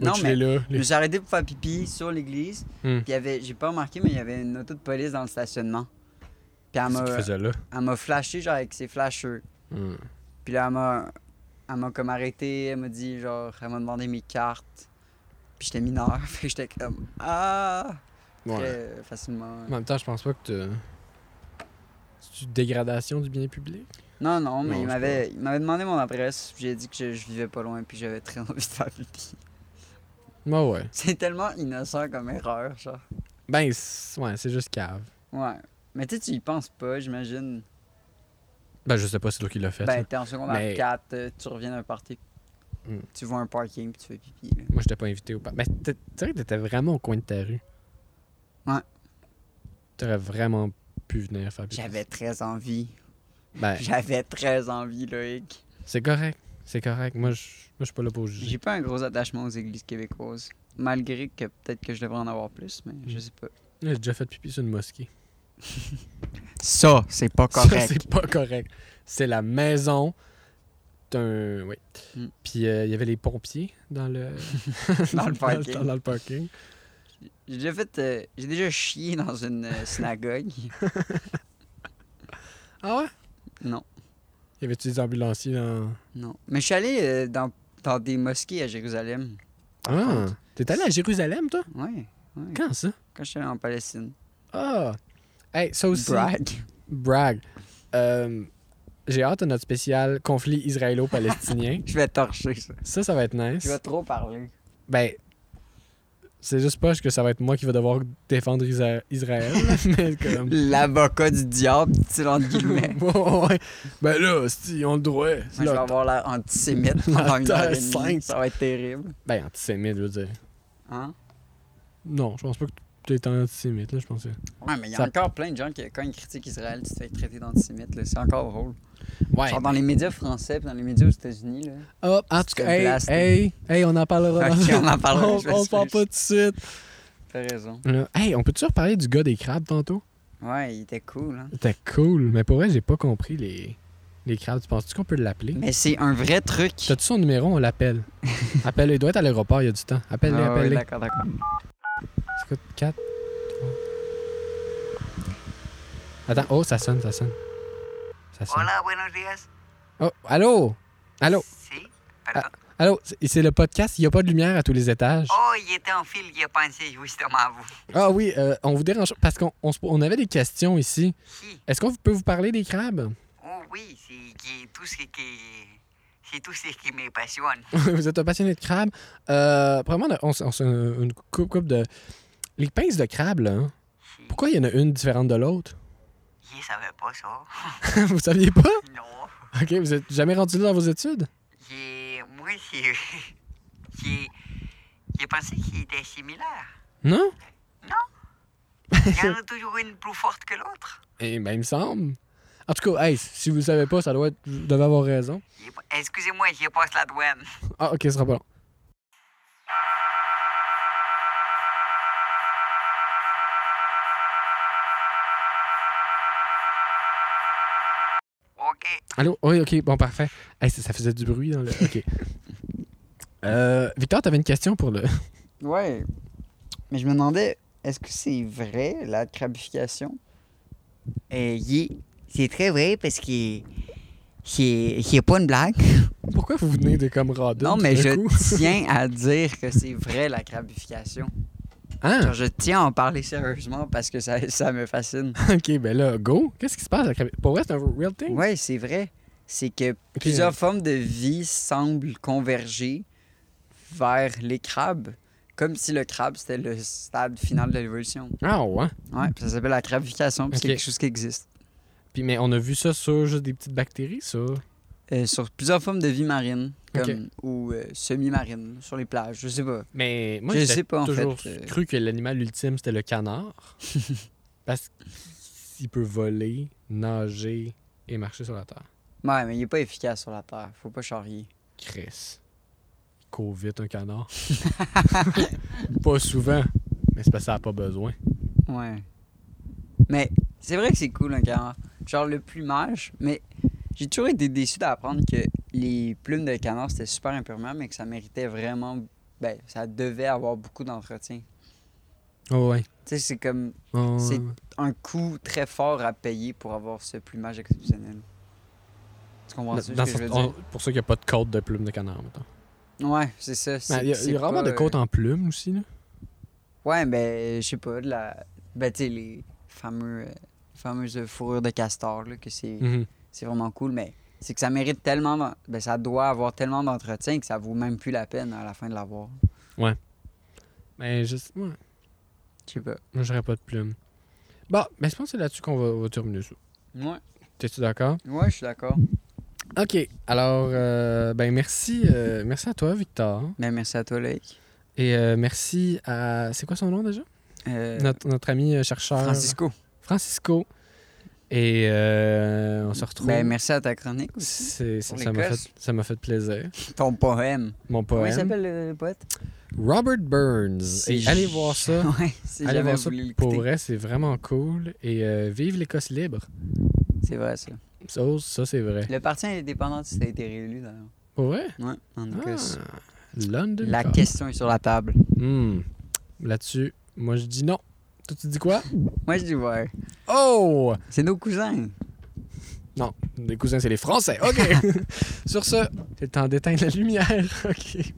Speaker 2: Non,
Speaker 1: tu
Speaker 2: mais-
Speaker 1: es là.
Speaker 2: je
Speaker 1: les-
Speaker 2: me suis arrêté pour faire pipi sur l'église.
Speaker 1: Hmm.
Speaker 2: Puis il y avait, j'ai pas remarqué, mais il y avait une auto de police dans le stationnement. Puis elle
Speaker 1: Qu'est-ce qu'il
Speaker 2: m'a,
Speaker 1: faisait là?
Speaker 2: elle m'a flashé, genre, avec ses flasheux.
Speaker 1: Hmm.
Speaker 2: Puis là, elle m'a, elle m'a comme arrêté, elle m'a dit, genre, elle m'a demandé mes cartes. Puis j'étais mineur, fait que j'étais comme, ah,
Speaker 1: Ouais.
Speaker 2: très facilement.
Speaker 1: En même temps, je pense pas que tu. C'est une dégradation du bien public?
Speaker 2: Non, non, mais
Speaker 1: Non,
Speaker 2: il,
Speaker 1: c'est
Speaker 2: m'avait, il m'avait demandé mon adresse, puis j'ai dit que je, je vivais pas loin, puis j'avais très envie de faire pipi.
Speaker 1: Bah ouais.
Speaker 2: C'est tellement innocent comme erreur, genre.
Speaker 1: Ben, c'est- ouais, c'est juste cave.
Speaker 2: Ouais. Mais tu sais, tu y penses pas, j'imagine.
Speaker 1: Ben, je sais pas, c'est toi qui l'a fait.
Speaker 2: Ben,
Speaker 1: là.
Speaker 2: t'es en secondaire
Speaker 1: Mais-
Speaker 2: 4, euh, tu reviens d'un party.
Speaker 1: Hmm.
Speaker 2: Tu vois un parking, puis tu fais pipi. là.
Speaker 1: Moi, j'étais pas invité au parc. Mais t'es- tu sais que t'étais vraiment au coin de ta rue.
Speaker 2: Ouais.
Speaker 1: T'aurais vraiment pu venir faire pipi.
Speaker 2: J'avais très envie.
Speaker 1: Ben,
Speaker 2: J'avais très envie, Loïc.
Speaker 1: c'est correct. C'est correct. Moi, je moi, je suis pas là pour juger.
Speaker 2: J'ai pas un gros attachement aux églises québécoises. Malgré que peut-être que je devrais en avoir plus, mais je sais pas.
Speaker 1: J'ai déjà fait pipi sur une mosquée.
Speaker 2: Ça, c'est pas
Speaker 1: Ça, c'est pas correct. C'est la maison d'un. Oui.
Speaker 2: Mm.
Speaker 1: Puis euh, il y avait les pompiers dans le.
Speaker 2: Dans le parking.
Speaker 1: Dans, le parking.
Speaker 2: J'ai déjà fait. euh, J'ai déjà chié dans une euh, synagogue.
Speaker 1: Ah ouais?
Speaker 2: non,
Speaker 1: Y avait-tu des ambulanciers dans.
Speaker 2: non. Mais je suis allé euh, dans, dans des mosquées à Jérusalem.
Speaker 1: Ah! T'es allé à Jérusalem, toi?
Speaker 2: Ouais,
Speaker 1: Quand ça?
Speaker 2: quand je suis allé en Palestine.
Speaker 1: Ah! Hey, ça aussi.
Speaker 2: Brag.
Speaker 1: Brag. Euh, J'ai hâte à notre spécial conflit israélo-palestinien.
Speaker 2: Je vais torcher ça.
Speaker 1: ça, ça va être nice.
Speaker 2: Je vais trop parler.
Speaker 1: Ben, c'est juste pas que ça va être moi qui va devoir défendre Isa- Israël. mais comme.
Speaker 2: L'avocat du diable, dit-il entre guillemets.
Speaker 1: Ouais, ouais. Ben là, si, ils ont le droit. C'est
Speaker 2: Moi, je vais
Speaker 1: leur-
Speaker 2: avoir l'air antisémite pendant une heure et demie. Ça va être terrible.
Speaker 1: Ben, antisémite, je veux dire.
Speaker 2: Hein?
Speaker 1: Non, je pense pas que tu es un antisémite, là, je pensais.
Speaker 2: Ouais, mais il y a
Speaker 1: Ça-
Speaker 2: encore plein de gens qui, quand ils critiquent Israël, tu te fais traiter d'antisémite. là. C'est encore drôle.
Speaker 1: Ouais.
Speaker 2: Genre dans les médias français puis dans les médias aux États-Unis. là.
Speaker 1: Hop, en tout
Speaker 2: C'est
Speaker 1: cas, hey,
Speaker 2: blasté.
Speaker 1: hey, hey, on en parlera.
Speaker 2: Ok, on en parlera,
Speaker 1: on
Speaker 2: je
Speaker 1: on part
Speaker 2: m'excuse.
Speaker 1: pas tout de suite.
Speaker 2: T'as raison.
Speaker 1: Là, hey, on peut-tu reparler du gars des crabes tantôt?
Speaker 2: Ouais, il était cool. Hein?
Speaker 1: C'était cool, mais pour vrai, j'ai pas compris les, les crabes. Tu penses-tu qu'on peut l'appeler?
Speaker 2: Mais c'est un vrai truc.
Speaker 1: T'as-tu son numéro? On l'appelle. Appelle-le. Il doit être à l'aéroport, il y a du temps. Appelle-le,
Speaker 2: Ah ouais,
Speaker 1: appelle-le.
Speaker 2: d'accord, d'accord.
Speaker 1: Ça coûte 4. Attends, oh, ça sonne, ça sonne. Ça sonne.
Speaker 4: Hola, buenos días.
Speaker 1: Oh, allô? Allô?
Speaker 4: Sí, perdón.
Speaker 1: Allô? C'est- C'est le podcast, il n'y a pas de lumière à tous les étages.
Speaker 4: Oh, j'étais en fil, j'ai pensé justement à vous.
Speaker 2: Oh.
Speaker 1: Ah oui, euh, on vous dérange parce qu'on on se- on avait des questions ici.
Speaker 4: Si,
Speaker 1: Est-ce qu'on peut vous parler des crabes?
Speaker 4: oh oui, c'est que tout ce qui... C'est tout ce qui me passionne.
Speaker 1: vous êtes un passionné de crabes. Euh, vraiment, on, s- on s- une coupe, coupe de... Les pinces de crabes, là, hein?
Speaker 4: Si,
Speaker 1: pourquoi il y en a une différente de l'autre?
Speaker 4: je savais pas ça.
Speaker 1: vous saviez pas?
Speaker 4: Non.
Speaker 1: OK, vous êtes jamais rendu là dans vos études?
Speaker 4: J'ai... Moi, c'est... J'ai... J'ai pensé qu'il était similaire.
Speaker 1: Non?
Speaker 4: Il y en a toujours une plus forte que l'autre.
Speaker 1: Eh ben, il me semble. En tout cas, hey, si vous savez pas, ça doit être. Vous devez avoir raison.
Speaker 4: J'ai pas- Excusez-moi, j'y passe la douane.
Speaker 1: Ah, ok, ce sera pas long.
Speaker 4: OK.
Speaker 1: Allô? Oui, ok, bon, parfait. Hey, ça, ça faisait du bruit dans le. Ok. Euh, Victor, t'avais une question pour le.
Speaker 2: Ouais. Mais je me demandais, est-ce que c'est vrai, la crabification?
Speaker 4: Euh, j'ai- C'est très vrai parce que... C'est c'est pas une blague.
Speaker 1: Pourquoi vous venez de comme radon?
Speaker 2: Non, mais
Speaker 1: tout
Speaker 2: je
Speaker 1: d'un coup?
Speaker 2: tiens à dire que c'est vrai, la crabification.
Speaker 1: Hein?
Speaker 2: Genre, je tiens à en parler sérieusement parce que ça, ça me fascine.
Speaker 1: Ok, ben là, go. Qu'est-ce qui se passe? avec- Pour vrai, c'est un real thing?
Speaker 2: Ouais, c'est vrai. C'est que
Speaker 1: euh,
Speaker 2: plusieurs formes de vie semblent converger vers les crabes, comme si le crabe c'était le stade final de l'évolution.
Speaker 1: Ah, ouais.
Speaker 2: Ouais, puis ça s'appelle la crabification, puis c'est
Speaker 1: Ok.
Speaker 2: quelque chose qui existe.
Speaker 1: Puis, mais on a vu ça sur juste des petites bactéries, ça.
Speaker 2: Euh, sur plusieurs formes de vie marine, comme,
Speaker 1: Ok.
Speaker 2: ou euh, semi-marine, sur les plages, je sais pas.
Speaker 1: Mais moi,
Speaker 2: Je
Speaker 1: j'ai
Speaker 2: sais pas, en
Speaker 1: toujours
Speaker 2: fait, euh.
Speaker 1: cru que l'animal ultime, c'était le canard. parce qu'il peut voler, nager, et marcher sur la terre.
Speaker 2: Ouais, mais il est pas efficace sur la terre. Faut pas charrier.
Speaker 1: Chris. Il court vite un canard. pas souvent, mais c'est parce que ça n'a pas besoin.
Speaker 2: Ouais. Mais c'est vrai que c'est cool, un canard. Genre le plumage, mais j'ai toujours été déçu d'apprendre que les plumes de canard, c'était super imperméable, mais que ça méritait vraiment. Ben, ça devait avoir beaucoup d'entretien. Tu
Speaker 1: Oh ouais.
Speaker 2: sais, c'est comme
Speaker 1: Oh,
Speaker 2: C'est-
Speaker 1: ouais.
Speaker 2: un coût très fort à payer pour avoir ce plumage exceptionnel. Tu comprends
Speaker 1: Dans-
Speaker 2: ce
Speaker 1: dans
Speaker 2: que je veux
Speaker 1: ce-
Speaker 2: dire?
Speaker 1: on- pour ça qu'il n'y a pas de côte de plume de canard, mettons.
Speaker 2: Ouais, c'est ça.
Speaker 1: Ben,
Speaker 2: c'est-
Speaker 1: Il y a, il
Speaker 2: c'est
Speaker 1: y a rarement
Speaker 2: pas,
Speaker 1: de
Speaker 2: euh,
Speaker 1: côte en plume aussi, là.
Speaker 2: Ouais, ben, je sais pas, de la. Ben, tu sais, les fameux, euh, fameuses fourrures de castor, là, que c'est
Speaker 1: Mhm.
Speaker 2: c'est vraiment cool, mais c'est que ça mérite tellement. d'en- Ben, ça doit avoir tellement d'entretien que ça vaut même plus la peine à la fin de l'avoir.
Speaker 1: Mais Ben, je ouais.
Speaker 2: Je sais pas.
Speaker 1: Moi, j'aurais pas de plume. Bon, mais je pense que c'est là-dessus qu'on va, va terminer ça.
Speaker 2: Ouais,
Speaker 1: T'es-tu d'accord?
Speaker 2: ouais, je suis d'accord.
Speaker 1: OK. Alors, euh, ben merci, euh, merci à toi, Victor.
Speaker 2: Ben, merci à toi, Loïc.
Speaker 1: Et euh, merci à... C'est quoi son nom déjà?
Speaker 2: Euh,
Speaker 1: Notre, notre ami euh, chercheur...
Speaker 2: Francisco.
Speaker 1: Francisco. Et euh, on se retrouve.
Speaker 2: Ben, merci à ta chronique aussi.
Speaker 1: C'est- ça,
Speaker 2: Pour
Speaker 1: ça m'a
Speaker 2: l'Écosse.
Speaker 1: fait, ça m'a fait plaisir.
Speaker 2: Ton poème.
Speaker 1: Mon
Speaker 2: Comment il
Speaker 1: poème.
Speaker 2: s'appelle le, le poète
Speaker 1: Robert Burns.
Speaker 2: C'est
Speaker 1: Et
Speaker 2: j-
Speaker 1: allez voir ça.
Speaker 2: Ouais, si
Speaker 1: Allez
Speaker 2: j'avais
Speaker 1: voir ça.
Speaker 2: voulu
Speaker 1: Pour
Speaker 2: l'écouter.
Speaker 1: vrai, c'est vraiment cool. Et euh, vive l'Écosse libre.
Speaker 2: C'est vrai, ça.
Speaker 1: Ça, ça c'est vrai.
Speaker 2: Le Parti indépendantiste a été réélu, d'ailleurs.
Speaker 1: Pour vrai?
Speaker 2: Ouais, en Écosse.
Speaker 1: Ah, London.
Speaker 2: La
Speaker 1: Calling.
Speaker 2: question est sur la table.
Speaker 1: Hmm. Là-dessus, moi je dis non. Toi, tu dis quoi?
Speaker 2: Moi, je dis ouais.
Speaker 1: Oh!
Speaker 2: C'est nos cousins.
Speaker 1: Non, les cousins, c'est les Français. OK. Sur ce, c'est le temps d'éteindre la lumière. OK.